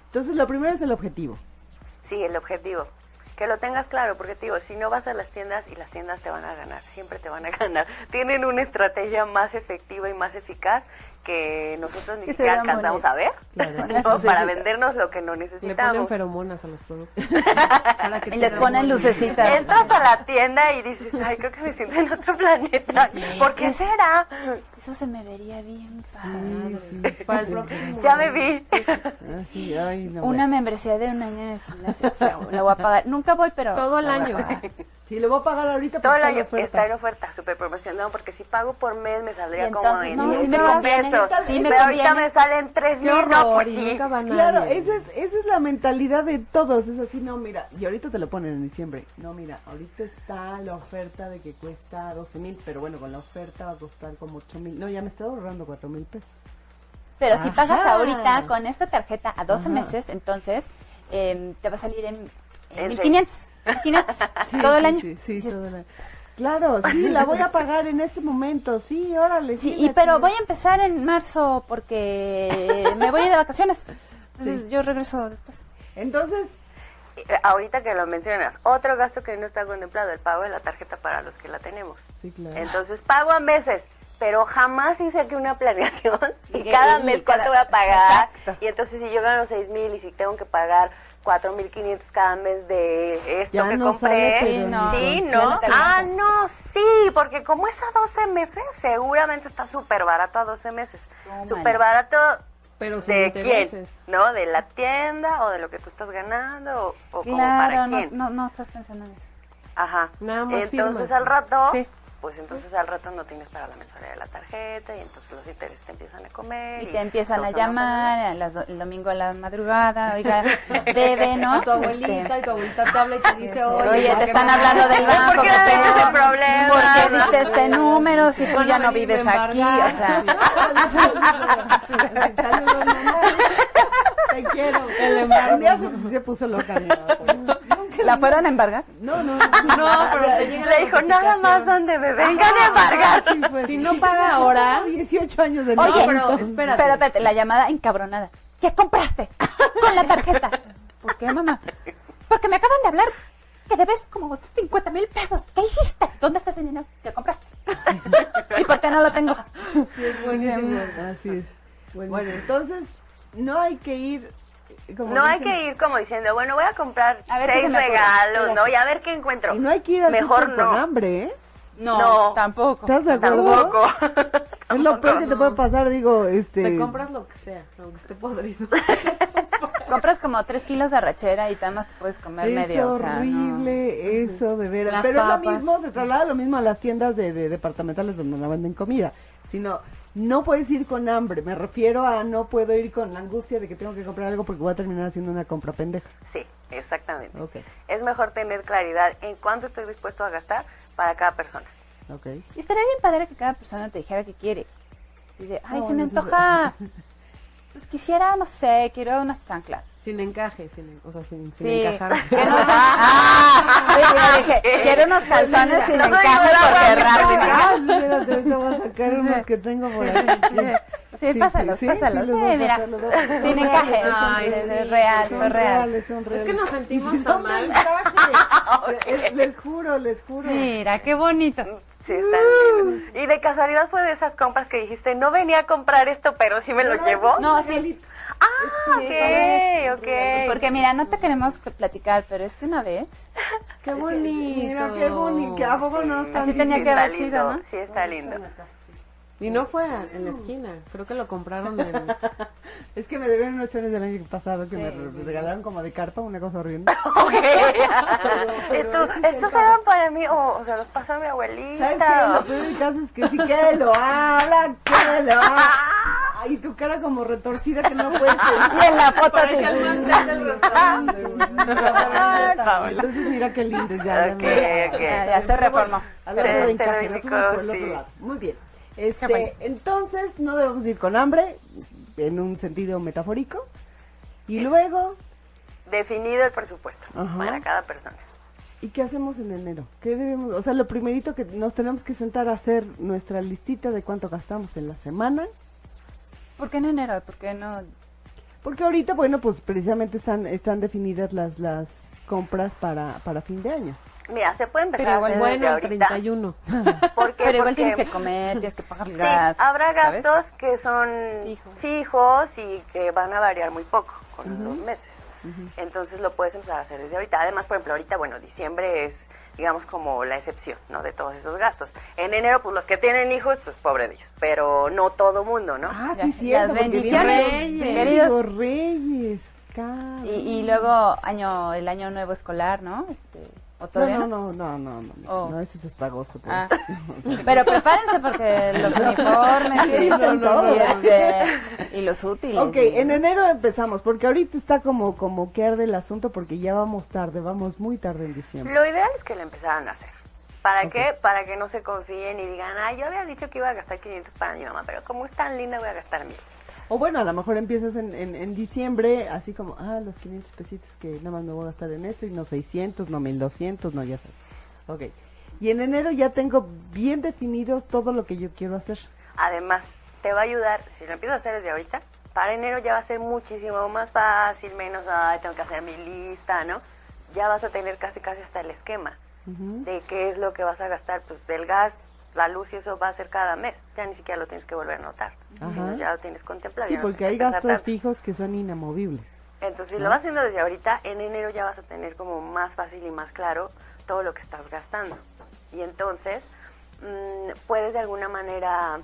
Speaker 3: Entonces, lo primero es el objetivo.
Speaker 6: Sí, el objetivo. Que lo tengas claro, porque te digo, si no vas a las tiendas y las tiendas te van a ganar, siempre te van a ganar. Tienen una estrategia más efectiva y más eficaz que nosotros ni
Speaker 2: Que se
Speaker 6: siquiera
Speaker 2: vean
Speaker 6: alcanzamos
Speaker 2: bonitas.
Speaker 6: a ver,
Speaker 2: Claro.
Speaker 6: ¿no?
Speaker 2: Las
Speaker 6: para
Speaker 2: lucecitas.
Speaker 6: vendernos lo que no
Speaker 4: Le ponen
Speaker 6: necesitamos.
Speaker 4: feromonas a los productos. para que
Speaker 2: Y les
Speaker 4: tengan
Speaker 2: ponen
Speaker 4: buena-
Speaker 2: lucecitas.
Speaker 6: Entras a la tienda y dices, ay, creo que me siento en otro planeta. ¿Por qué será?
Speaker 2: Eso se me vería bien padre.
Speaker 3: Sí, sí.
Speaker 4: Para el próximo.
Speaker 6: Ya me vi.
Speaker 3: Ah, sí, ay,
Speaker 2: Una
Speaker 3: no, bueno.
Speaker 2: membresía de un año en el gimnasio. o sea, la voy a pagar. Nunca voy, pero.
Speaker 4: Todo el
Speaker 2: la voy a
Speaker 4: año.
Speaker 2: pagar.
Speaker 3: Sí, lo voy a pagar ahorita
Speaker 6: Todo
Speaker 3: porque está
Speaker 6: el
Speaker 3: en
Speaker 6: año
Speaker 3: oferta.
Speaker 6: está en oferta, super promoción. No, porque si pago por mes me saldría
Speaker 2: Y
Speaker 6: como
Speaker 2: entonces,
Speaker 6: en
Speaker 2: no,
Speaker 6: diez
Speaker 2: sí me
Speaker 6: mil
Speaker 2: conviene,
Speaker 6: pesos.
Speaker 2: sí me
Speaker 6: pero ahorita
Speaker 2: conviene.
Speaker 6: me salen tres
Speaker 4: Qué
Speaker 6: mil. No,
Speaker 4: horror,
Speaker 6: pues
Speaker 4: y
Speaker 6: sí.
Speaker 4: nunca van a
Speaker 3: Claro,
Speaker 4: nadie.
Speaker 3: esa es, esa es la mentalidad de todos. Es así, no, mira, y ahorita te lo ponen en diciembre. No, mira, ahorita está la oferta de que cuesta 12 mil, pero bueno, con la oferta va a costar como 8 mil. No, ya me está ahorrando 4 mil pesos.
Speaker 2: Pero si pagas
Speaker 3: Ajá.
Speaker 2: ahorita con esta tarjeta a 12
Speaker 3: Ajá.
Speaker 2: meses, entonces eh, te va a salir en, en
Speaker 6: En
Speaker 2: 1500. 1500 todo el
Speaker 3: sí,
Speaker 2: año.
Speaker 3: Sí, sí, todo el año. Claro, sí, la voy a pagar en este momento. Sí, órale.
Speaker 2: Sí,
Speaker 3: la
Speaker 2: y pero
Speaker 3: chingada.
Speaker 2: voy a empezar en marzo porque me voy de vacaciones. Entonces yo regreso después.
Speaker 3: Entonces,
Speaker 6: Eh, Ahorita que lo mencionas, otro gasto que no está contemplado, el pago de la tarjeta para los que la tenemos.
Speaker 2: Mm.
Speaker 3: sí, claro.
Speaker 6: Entonces, pago a meses, pero jamás hice aquí una planeación y
Speaker 2: Y-
Speaker 6: cada
Speaker 2: y
Speaker 6: mes
Speaker 2: cada-
Speaker 6: cuánto voy a pagar.
Speaker 2: Exacto.
Speaker 6: Y entonces, si yo gano seis mil y si tengo que pagar 4.500 cada mes de esto
Speaker 3: Ya
Speaker 6: que
Speaker 3: no sale,
Speaker 6: compré,
Speaker 3: pero
Speaker 2: Sí, no.
Speaker 6: sí,
Speaker 2: ni con-
Speaker 6: no,
Speaker 2: ya no
Speaker 6: ah,
Speaker 2: te alcanza.
Speaker 6: no, sí, porque como es a 12 meses, seguramente está súper barato a 12 meses.
Speaker 2: Tómala.
Speaker 6: Súper barato
Speaker 4: Pero sin
Speaker 6: de quién,
Speaker 4: intereses.
Speaker 6: ¿no? De la tienda o de lo que tú estás ganando o, o como para
Speaker 2: Claro, no,
Speaker 6: quién.
Speaker 2: no, no estás pensando en eso.
Speaker 6: Ajá.
Speaker 4: Nada más
Speaker 6: entonces
Speaker 4: firmas.
Speaker 6: al rato,
Speaker 2: Sí.
Speaker 6: pues entonces al rato no tienes para la mensualidad de la tarjeta y entonces los intereses te empiezan a comer.
Speaker 2: Y te empiezan a
Speaker 6: todo se nos
Speaker 2: llamar a las do- el domingo a la madrugada, oiga, debe, ¿no?
Speaker 4: A tu abuelita y tu abuelita te habla y te
Speaker 2: Este,
Speaker 4: dice,
Speaker 2: oye,
Speaker 4: ¿por
Speaker 2: te
Speaker 4: qué
Speaker 2: están
Speaker 4: no- este
Speaker 2: hablando del
Speaker 6: ¿Por
Speaker 2: banco,
Speaker 6: qué
Speaker 2: qué
Speaker 6: no tienes
Speaker 2: pedo?
Speaker 6: ese problema?
Speaker 2: ¿Por qué
Speaker 6: ¿No?
Speaker 2: diste este número si tú
Speaker 4: Van a
Speaker 2: ya no
Speaker 4: venir
Speaker 2: vives
Speaker 4: a
Speaker 2: aquí? O sea,
Speaker 4: embargar.
Speaker 3: Saludos, mamá. Te quiero.
Speaker 4: El embargo.
Speaker 3: Un día se, se puso loca. mi mamá, pues. Nunca-
Speaker 2: ¿la fueron a embargar?
Speaker 3: No, no, no.
Speaker 4: No, pero te llega la
Speaker 6: Le dijo, nada más
Speaker 4: notificación.
Speaker 6: donde me vengan a embargar.
Speaker 3: Sí, pues,
Speaker 4: Si
Speaker 3: sí.
Speaker 4: no paga ahora,
Speaker 3: Tengo 18 años de
Speaker 2: Oye,
Speaker 3: novio,
Speaker 4: pero
Speaker 3: entonces.
Speaker 4: espérate.
Speaker 2: Pero espérate, la llamada encabronada. ¿Qué compraste? Con la tarjeta. ¿Por qué, mamá? Porque me acaban de hablar que debes como 50 mil pesos. ¿Qué hiciste? ¿Dónde está ese dinero? ¿Qué compraste? ¿Y por qué no lo tengo?
Speaker 3: Así es. Bueno, entonces no hay que ir como
Speaker 6: No hay
Speaker 3: dicen,
Speaker 6: que ir como diciendo, bueno, voy a comprar
Speaker 2: A ver qué se
Speaker 6: seis
Speaker 2: me ocurre.
Speaker 6: regalos, ¿no? Y a ver qué encuentro.
Speaker 3: Y no hay que ir al
Speaker 6: Mejor
Speaker 3: súper
Speaker 6: no.
Speaker 3: con hambre, ¿eh?
Speaker 2: No,
Speaker 6: No.
Speaker 2: tampoco.
Speaker 3: ¿Estás de acuerdo?
Speaker 6: Tampoco.
Speaker 3: Es lo peor
Speaker 6: Tampoco.
Speaker 3: que te puede pasar, digo, este...
Speaker 4: Te compras lo que sea, aunque esté podrido.
Speaker 2: Compras como tres kilos de arrachera y nada más te puedes comer
Speaker 3: Es
Speaker 2: medio. o sea, no.
Speaker 3: horrible eso, de veras.
Speaker 4: Las
Speaker 3: Pero es lo
Speaker 4: papas.
Speaker 3: mismo, se traslada lo mismo a las tiendas de, de departamentales donde no venden comida. Sino, no puedes ir con hambre. Me refiero a no puedo ir con la angustia de que tengo que comprar algo porque voy a terminar haciendo una compra pendeja.
Speaker 6: Sí, exactamente.
Speaker 3: Ok,
Speaker 6: Es mejor tener claridad en cuánto estoy dispuesto a gastar para cada persona.
Speaker 3: ok.
Speaker 2: Y estaría bien padre que cada persona te dijera qué quiere. Así de, ay,
Speaker 3: Ah,
Speaker 2: se me
Speaker 3: bueno, eso es-
Speaker 2: antoja. Pues quisiera, no sé, quiero unas chanclas.
Speaker 4: Sin encaje, sin, en- o sea, sin, sin
Speaker 2: Sí,
Speaker 4: encajar.
Speaker 2: que no ah, sí, yo dije, quiero unos calzones sin
Speaker 6: No soy
Speaker 2: encaje
Speaker 6: nada
Speaker 2: porque
Speaker 6: buena.
Speaker 2: rápido.
Speaker 3: Ah, espérate, ahorita voy a sacar unos que tengo por ahí.
Speaker 2: Sí, pásalos,
Speaker 3: sí,
Speaker 2: pásalos.
Speaker 3: sí,
Speaker 2: Sí,
Speaker 3: los voy a
Speaker 2: mira,
Speaker 3: pasar, los voy a pasar.
Speaker 2: sin
Speaker 3: Son
Speaker 2: encaje.
Speaker 3: reales, son
Speaker 4: Ay,
Speaker 2: es,
Speaker 4: sí,
Speaker 2: es real,
Speaker 3: son
Speaker 2: fue real.
Speaker 3: reales, son
Speaker 4: Es que
Speaker 3: reales.
Speaker 4: nos sentimos
Speaker 3: Y son
Speaker 4: tan mal.
Speaker 3: del traje. Les- Les juro, les juro.
Speaker 2: Mira, qué bonito.
Speaker 6: Sí, está
Speaker 2: Mm.
Speaker 6: bien. Y de casualidad fue de esas compras que dijiste, no venía a comprar esto, pero sí me lo llevó.
Speaker 2: No, sí.
Speaker 6: Ah,
Speaker 2: Sí,
Speaker 6: ok, ok.
Speaker 2: Porque mira, no te queremos platicar, pero es que una vez
Speaker 4: Qué bonito.
Speaker 3: Mira qué bonito. ¿A poco no está
Speaker 2: Así
Speaker 3: lindo?
Speaker 2: tenía que
Speaker 6: está
Speaker 2: haber sido,
Speaker 6: lindo,
Speaker 2: ¿no?
Speaker 6: Sí, está lindo.
Speaker 4: Y no fue a- en la esquina, creo que lo compraron en...
Speaker 3: Es que me debieron unos chones del año pasado que me re- regalaron como de carpa, una cosa horrible.
Speaker 6: Ok. Esto- Estos eran para mí, o, o sea, los pasó a mi
Speaker 3: ¿Sabes qué?
Speaker 6: abuelita.
Speaker 3: Lo peor del caso es que sí que lo habla, que lo habla. Y tu cara como retorcida que no puedes
Speaker 2: y en la foto así.
Speaker 4: Parecía el mantel del restaurante,
Speaker 6: Ay,
Speaker 4: güey.
Speaker 6: Paola.
Speaker 3: Entonces mira qué lindo, ya. ya
Speaker 6: Ok,
Speaker 3: me-
Speaker 6: ok.
Speaker 2: Ah, Ya, ya se reformó.
Speaker 3: A ver, pero
Speaker 6: Este,
Speaker 3: encaje, nos fuimos por el
Speaker 6: sí.
Speaker 3: otro lado. Muy bien. Este, entonces no debemos ir con hambre, en un sentido metafórico. Y luego,
Speaker 6: Definido el presupuesto
Speaker 3: Ajá.
Speaker 6: para cada persona.
Speaker 3: ¿Y qué hacemos en enero? ¿Qué debemos? O sea, lo primerito que nos tenemos que sentar a hacer nuestra listita de cuánto gastamos en la semana.
Speaker 2: ¿Por qué en enero? ¿Por qué no?
Speaker 3: Porque ahorita, bueno, pues precisamente están están definidas las las compras para, para fin de año.
Speaker 6: Mira, se puede empezar
Speaker 2: Ah,
Speaker 4: Pero
Speaker 6: a
Speaker 4: igual
Speaker 6: hacer
Speaker 4: bueno, el
Speaker 6: desde ahorita.
Speaker 4: 31.
Speaker 6: ¿Por qué?
Speaker 2: Pero igual
Speaker 6: Porque-
Speaker 2: tienes que comer, tienes que pagar el
Speaker 6: Sí,
Speaker 2: gas.
Speaker 6: habrá
Speaker 2: ¿sabes?
Speaker 6: gastos que son
Speaker 2: Fijos.
Speaker 6: fijos y que van a variar muy poco con los meses. Entonces lo puedes empezar a hacer desde ahorita. Además, por ejemplo, ahorita, bueno, diciembre es, digamos, como la excepción, ¿no? De todos esos gastos. En enero, pues los que tienen hijos, pues pobre de ellos. Pero no todo mundo, ¿no?
Speaker 3: Ah,
Speaker 2: Ya,
Speaker 3: sí,
Speaker 2: las
Speaker 3: cierto. porque
Speaker 2: bendiciones,
Speaker 3: vienen los
Speaker 2: queridos.
Speaker 3: bendigos Reyes, cabrón.
Speaker 2: Y, y luego año el año nuevo escolar, ¿no? Este, ¿O todavía
Speaker 3: no, no, no, no, no, no, no,
Speaker 2: Oh.
Speaker 3: no, ese es hasta agosto. pues.
Speaker 2: Ah. Pero prepárense porque los uniformes
Speaker 3: Sí,
Speaker 2: y,
Speaker 3: no, no,
Speaker 2: y,
Speaker 3: no.
Speaker 2: este, y los útiles.
Speaker 3: Ok, en enero empezamos, porque ahorita está como, como que arde el asunto, porque ya vamos tarde, vamos muy tarde en diciembre.
Speaker 6: Lo ideal es que lo empezaran a hacer. ¿Para qué? Para que no se confíen y digan, ah, yo había dicho que iba a gastar 500 para mi mamá, pero como es tan linda, voy a gastar 1000.
Speaker 3: O bueno, a lo mejor empiezas en, en, en diciembre, así como, ah, los 500 pesitos que nada más me voy a gastar en esto, y no 600, no 1200, no, ya sabes. Ok. Y en enero ya tengo bien definidos todo lo que yo quiero hacer.
Speaker 6: Además, te va a ayudar, si lo empiezas a hacer desde ahorita, para enero ya va a ser muchísimo más fácil, menos, ay, tengo que hacer mi lista, ¿no? Ya vas a tener casi casi hasta el esquema de qué es lo que vas a gastar, pues del gas, la luz y eso va a ser cada mes, ya ni siquiera lo tienes que volver a anotar,
Speaker 3: Ajá.
Speaker 6: sino ya lo tienes contemplado.
Speaker 3: Sí,
Speaker 6: ya no
Speaker 3: porque
Speaker 6: tienes
Speaker 3: hay
Speaker 6: que pensar
Speaker 3: gastos
Speaker 6: tanto.
Speaker 3: fijos que son inamovibles.
Speaker 6: Entonces, si lo vas haciendo desde ahorita, en enero ya vas a tener como más fácil y más claro todo lo que estás gastando. Y entonces, mm, puedes de alguna manera,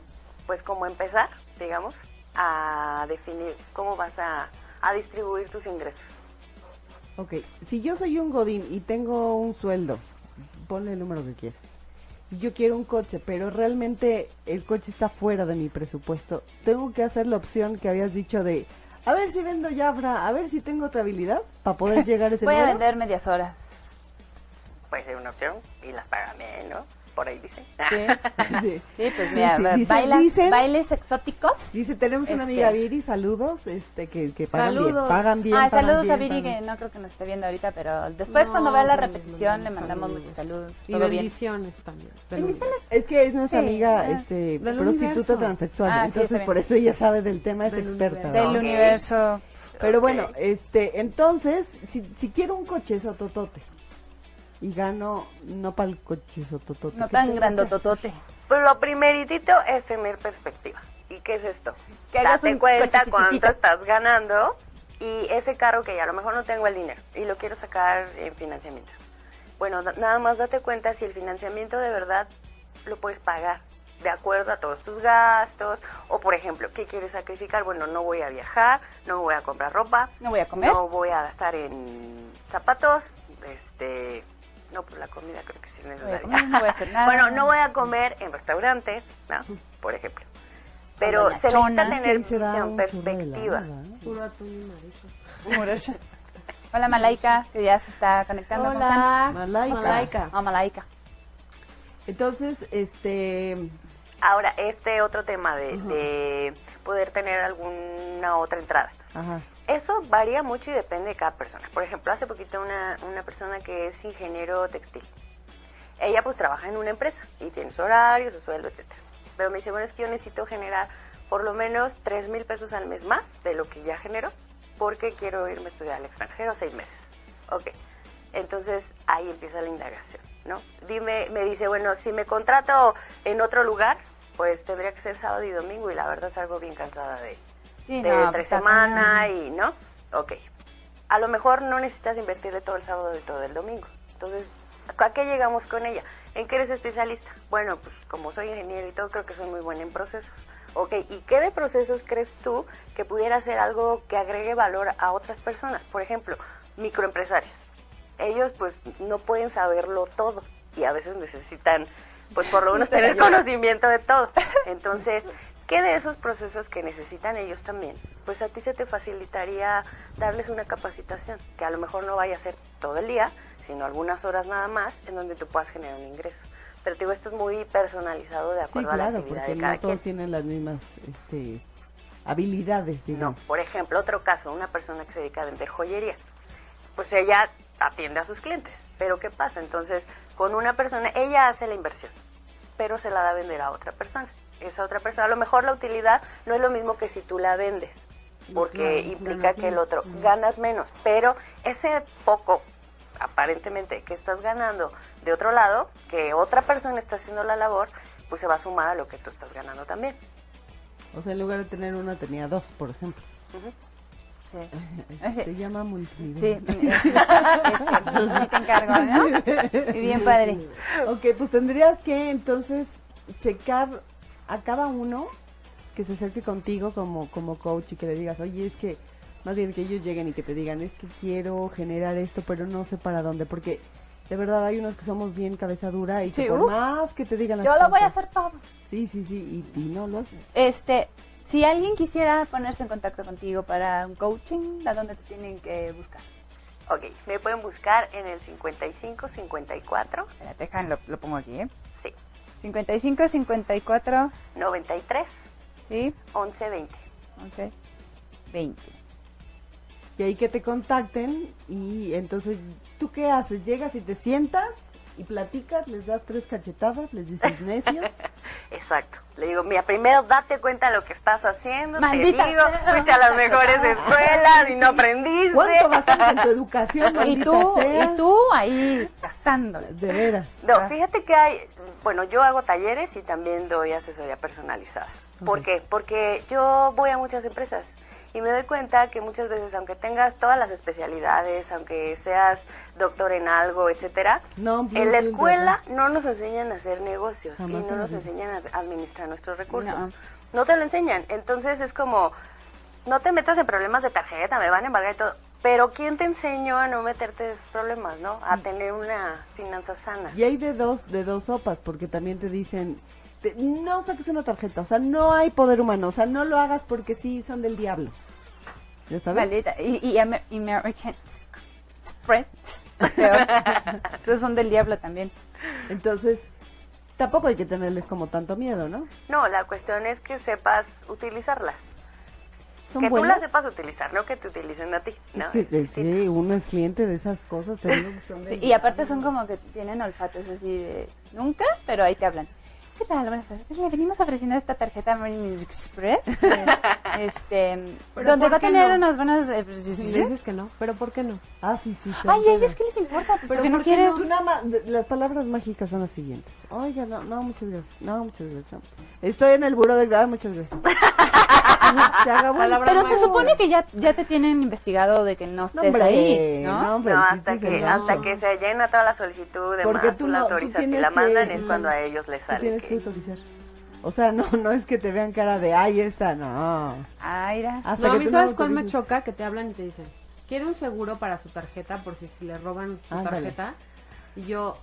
Speaker 6: pues como empezar, digamos, a definir cómo vas a, a distribuir tus ingresos.
Speaker 3: Ok, si yo soy un godín y tengo un sueldo, ponle el número que quieras. y Yo quiero un coche, pero realmente el coche está fuera de mi presupuesto. Tengo que hacer la opción que habías dicho de, a ver si vendo Jafra, a ver si tengo otra habilidad para poder llegar a ese
Speaker 2: Voy a
Speaker 3: número.
Speaker 2: vender medias horas.
Speaker 6: Puede ser una opción y las pagan bien, ¿no? Por ahí dicen.
Speaker 2: Sí,
Speaker 3: Sí.
Speaker 2: sí pues mira,
Speaker 3: Sí,
Speaker 2: ba-
Speaker 3: dicen-
Speaker 2: bailas-
Speaker 3: dicen-
Speaker 2: bailes exóticos.
Speaker 3: Dice, tenemos una
Speaker 2: Este.
Speaker 3: amiga Viri, saludos, este, que, que pagan bien,
Speaker 4: Saludos.
Speaker 3: pagan bien.
Speaker 2: ah,
Speaker 3: pagan
Speaker 2: saludos
Speaker 3: bien,
Speaker 2: a Viri,
Speaker 3: pagan-
Speaker 2: que no creo que nos esté viendo ahorita, pero después
Speaker 4: No,
Speaker 2: cuando vea la
Speaker 4: pues,
Speaker 2: repetición le
Speaker 4: mandamos
Speaker 2: mandamos
Speaker 4: saludos.
Speaker 2: muchos saludos.
Speaker 4: Y
Speaker 2: Todo bien.
Speaker 4: bendiciones también.
Speaker 2: Bendiciones.
Speaker 3: Es que es nuestra
Speaker 2: Sí,
Speaker 3: amiga
Speaker 2: ah,
Speaker 3: este,
Speaker 4: del
Speaker 3: prostituta
Speaker 4: universo.
Speaker 3: transexual,
Speaker 2: Ah, sí, está
Speaker 3: entonces
Speaker 2: bien.
Speaker 3: por eso ella sabe del tema, es
Speaker 4: Del
Speaker 3: experta.
Speaker 4: universo.
Speaker 3: ¿no?
Speaker 2: Del
Speaker 6: Ok.
Speaker 2: universo.
Speaker 3: Pero
Speaker 6: Ok.
Speaker 3: bueno, este, entonces, si, si quiero un coche sototote y gano, no para el coche sototote.
Speaker 2: No
Speaker 3: ¿qué
Speaker 2: tan
Speaker 3: tengo que hacer?
Speaker 2: grandototote.
Speaker 6: Pues lo primeritito es tener perspectiva. ¿Y qué es esto?
Speaker 2: Que hagas
Speaker 6: Date
Speaker 2: un
Speaker 6: cuenta
Speaker 2: coche
Speaker 6: cuánto
Speaker 2: chiquitito.
Speaker 6: estás ganando y ese carro que ya a lo mejor no tengo el dinero y lo quiero sacar en financiamiento. Bueno, da- nada más date cuenta si el financiamiento de verdad lo puedes pagar de acuerdo a todos tus gastos o por ejemplo, ¿qué quieres sacrificar? Bueno, no voy a viajar, no voy a comprar ropa,
Speaker 2: No voy a comer.
Speaker 6: no voy a gastar en zapatos, este, no por la comida creo que sí es
Speaker 2: voy a
Speaker 6: necesaria.
Speaker 2: comer, no voy a hacer nada.
Speaker 6: Bueno, no voy a comer en restaurantes, ¿no? Por ejemplo. Pero
Speaker 2: Doña
Speaker 6: se necesita
Speaker 2: Chona.
Speaker 6: tener
Speaker 3: Sí, se da
Speaker 6: visión,
Speaker 3: un chorro de
Speaker 6: perspectiva.
Speaker 3: lana, ¿eh?
Speaker 4: Puro atún y marisco.
Speaker 2: Hola, Malaika, que ya se está conectando. ¿Cómo están?
Speaker 6: Ah,
Speaker 3: Malaika.
Speaker 4: Malaika.
Speaker 2: Ah, Malaika.
Speaker 3: Entonces, este,
Speaker 6: Ahora, este otro tema de, de poder tener alguna otra entrada.
Speaker 3: ajá,
Speaker 6: Eso varía mucho y depende de cada persona. Por ejemplo, hace poquito una, una persona que es ingeniero textil. Ella pues trabaja en una empresa y tiene su horario, su sueldo, etcétera. Pero me dice, bueno, es que yo necesito generar por lo menos tres mil pesos al mes más de lo que ya genero porque quiero irme a estudiar al extranjero seis meses. Ok, entonces ahí empieza la indagación, ¿no? Dime, me dice, bueno, si me contrato en otro lugar, pues tendría que ser sábado y domingo y la verdad salgo bien cansada de
Speaker 2: Sí,
Speaker 6: de
Speaker 2: no,
Speaker 6: entre
Speaker 2: pues, está
Speaker 6: semana y no. Ok. A lo mejor no necesitas invertirle todo el sábado y todo el domingo. Entonces, ¿a qué llegamos con ella? ¿En qué eres especialista? Bueno, pues como soy ingeniero y todo, creo que soy muy buena en procesos. Ok, ¿y qué de procesos crees tú que pudiera ser algo que agregue valor a otras personas? Por ejemplo, microempresarios. Ellos pues no pueden saberlo todo y a veces necesitan pues por lo menos tener conocimiento de todo. Entonces, ¿qué de esos procesos que necesitan ellos también? Pues a ti se te facilitaría darles una capacitación, que a lo mejor no vaya a ser todo el día, sino algunas horas nada más, en donde tú puedas generar un ingreso. Pero te digo, esto es muy personalizado de
Speaker 3: sí,
Speaker 6: acuerdo a la
Speaker 3: claro,
Speaker 6: actividad
Speaker 3: porque
Speaker 6: de
Speaker 3: no
Speaker 6: cada quien.
Speaker 3: todos tienen las mismas, este, habilidades,
Speaker 6: No,
Speaker 3: digamos.
Speaker 6: por ejemplo, otro caso, una persona que se dedica a vender joyería. Pues ella atiende a sus clientes. Pero ¿qué pasa? Entonces, con una persona, ella hace la inversión, pero se la da a vender a otra persona. Esa otra persona, a lo mejor la utilidad no es lo mismo que si tú la vendes, porque
Speaker 4: Claro,
Speaker 6: implica
Speaker 4: ganas
Speaker 6: que el
Speaker 4: menos.
Speaker 6: otro ganas menos, pero ese poco, aparentemente, que estás ganando de otro lado, que otra persona está haciendo la labor, pues se va a sumar a lo que tú estás ganando también.
Speaker 3: O sea, en lugar de tener una, tenía dos, por ejemplo.
Speaker 2: Sí.
Speaker 3: Se llama multinivel.
Speaker 2: Sí, este, ahí te encargo, ¿no? Muy bien, padre.
Speaker 3: Ok, pues tendrías que entonces checar a cada uno que se acerque contigo como, como coach y que le digas, oye, es que, más bien que ellos lleguen y que te digan, es que quiero generar esto, pero no sé para dónde, porque de verdad hay unos que somos bien cabeza dura y que
Speaker 2: Sí,
Speaker 3: por
Speaker 2: uf.
Speaker 3: más que te digan las
Speaker 2: Yo lo voy a
Speaker 3: cosas-
Speaker 2: hacer, Pablo.
Speaker 3: Sí, sí, sí, y, y no lo haces.
Speaker 2: Este, si alguien quisiera ponerse en contacto contigo para un coaching, ¿a dónde te tienen que buscar?
Speaker 6: Ok, me pueden buscar en el 55 54
Speaker 2: Espérate, Jan, lo, lo pongo aquí, ¿eh?
Speaker 6: sí,
Speaker 2: 55, 54,
Speaker 6: 93
Speaker 2: ¿sí?
Speaker 6: 11 20.
Speaker 2: 11, 20.
Speaker 3: Y ahí que te contacten y entonces, ¿tú qué haces? Llegas y te sientas y platicas, les das tres cachetadas, les dices necios.
Speaker 6: Exacto. Le digo, mira, primero date cuenta de lo que estás haciendo.
Speaker 2: Maldita
Speaker 6: te digo,
Speaker 2: sea.
Speaker 6: fuiste a las mejores escuelas y no aprendiste.
Speaker 3: ¿Cuánto gastas en tu educación,
Speaker 2: Y
Speaker 3: maldita
Speaker 2: tú,
Speaker 3: sea?
Speaker 2: y tú ahí gastándole.
Speaker 3: De veras.
Speaker 6: No, fíjate que hay, bueno, yo hago talleres y también doy asesoría personalizada. ¿Por
Speaker 3: Ok.
Speaker 6: qué? Porque yo voy a muchas empresas y me doy cuenta que muchas veces, aunque tengas todas las especialidades, aunque seas doctor en algo, etcétera,
Speaker 3: No,
Speaker 6: en la
Speaker 3: pues,
Speaker 6: escuela no nos enseñan a hacer negocios
Speaker 3: Jamás
Speaker 6: y no
Speaker 3: en la
Speaker 6: nos
Speaker 3: vida.
Speaker 6: enseñan a administrar nuestros recursos.
Speaker 2: No.
Speaker 6: No. te lo enseñan. Entonces es como, no te metas en problemas de tarjeta, me van a embargar y todo. Pero ¿quién te enseñó a no meterte en esos problemas, no?
Speaker 3: Mm.
Speaker 6: A tener una finanza sana.
Speaker 3: Y hay de dos, de dos sopas, porque también te dicen, te- no saques una tarjeta, o sea, no hay poder humano, o sea, no lo hagas porque sí son del diablo. ¿Ya sabes?
Speaker 2: Maldita. Y, y Amer- American Friends. Peor. Esos son del diablo también.
Speaker 3: Entonces, tampoco hay que tenerles como tanto miedo, ¿no?
Speaker 6: No, la cuestión es que sepas utilizarlas.
Speaker 3: Son
Speaker 6: que
Speaker 3: buenas.
Speaker 6: tú las sepas utilizar, no que te utilicen a ti.
Speaker 3: Es
Speaker 6: ¿no?
Speaker 3: que, es que uno es cliente de esas cosas, te digo que son del
Speaker 2: Sí, y aparte son como que tienen olfatos así de nunca, pero ahí te hablan. ¿qué tal? Buenas tardes. Le venimos ofreciendo esta tarjeta American Express. eh, este,
Speaker 4: ¿Pero
Speaker 2: donde
Speaker 4: por
Speaker 2: va a
Speaker 4: qué
Speaker 2: tener
Speaker 4: no?
Speaker 2: unas buenas. eh,
Speaker 4: Dices que no, pero ¿por qué no?
Speaker 3: Ah, sí, sí. sí.
Speaker 2: Ay, a ellos qué les importa, pues, porque no
Speaker 4: ¿por qué
Speaker 2: quieren.
Speaker 3: Tú nada más, de- las palabras mágicas son las siguientes. Oiga, no, no, muchas gracias. No, muchas gracias. no, muchas gracias. Estoy en el buro de grado, muchas gracias. Ajá, Se acabó.
Speaker 4: Palabra
Speaker 2: Pero se
Speaker 4: mágica.
Speaker 2: supone que ya, ya te tienen investigado de que no estés
Speaker 3: No, hombre,
Speaker 2: ahí, ¿no?
Speaker 3: no, hombre,
Speaker 6: No,
Speaker 3: el
Speaker 6: hasta
Speaker 3: chiste es
Speaker 6: que,
Speaker 3: el
Speaker 6: hasta
Speaker 3: otro.
Speaker 6: que se llena toda la solicitud, de
Speaker 3: Porque
Speaker 6: más,
Speaker 3: tú
Speaker 6: tú la
Speaker 3: no- tú
Speaker 6: autorizas y
Speaker 3: tienes
Speaker 6: la
Speaker 3: que-
Speaker 6: mandan, es
Speaker 3: Mm.
Speaker 6: cuando a ellos les
Speaker 3: Tú
Speaker 6: sale
Speaker 3: tienes que
Speaker 6: que...
Speaker 3: autorizar. O sea, no, no es que te vean cara de, ay, esta, no.
Speaker 2: Ay, Ah, mira.
Speaker 3: Hasta
Speaker 4: no, a
Speaker 3: que
Speaker 4: mí
Speaker 3: tú
Speaker 4: sabes
Speaker 3: no
Speaker 4: cuál me
Speaker 3: autorices.
Speaker 4: choca, que te hablan y te dicen, quiere un seguro para su tarjeta por si, si le roban su
Speaker 3: Ándale.
Speaker 4: tarjeta. Y yo,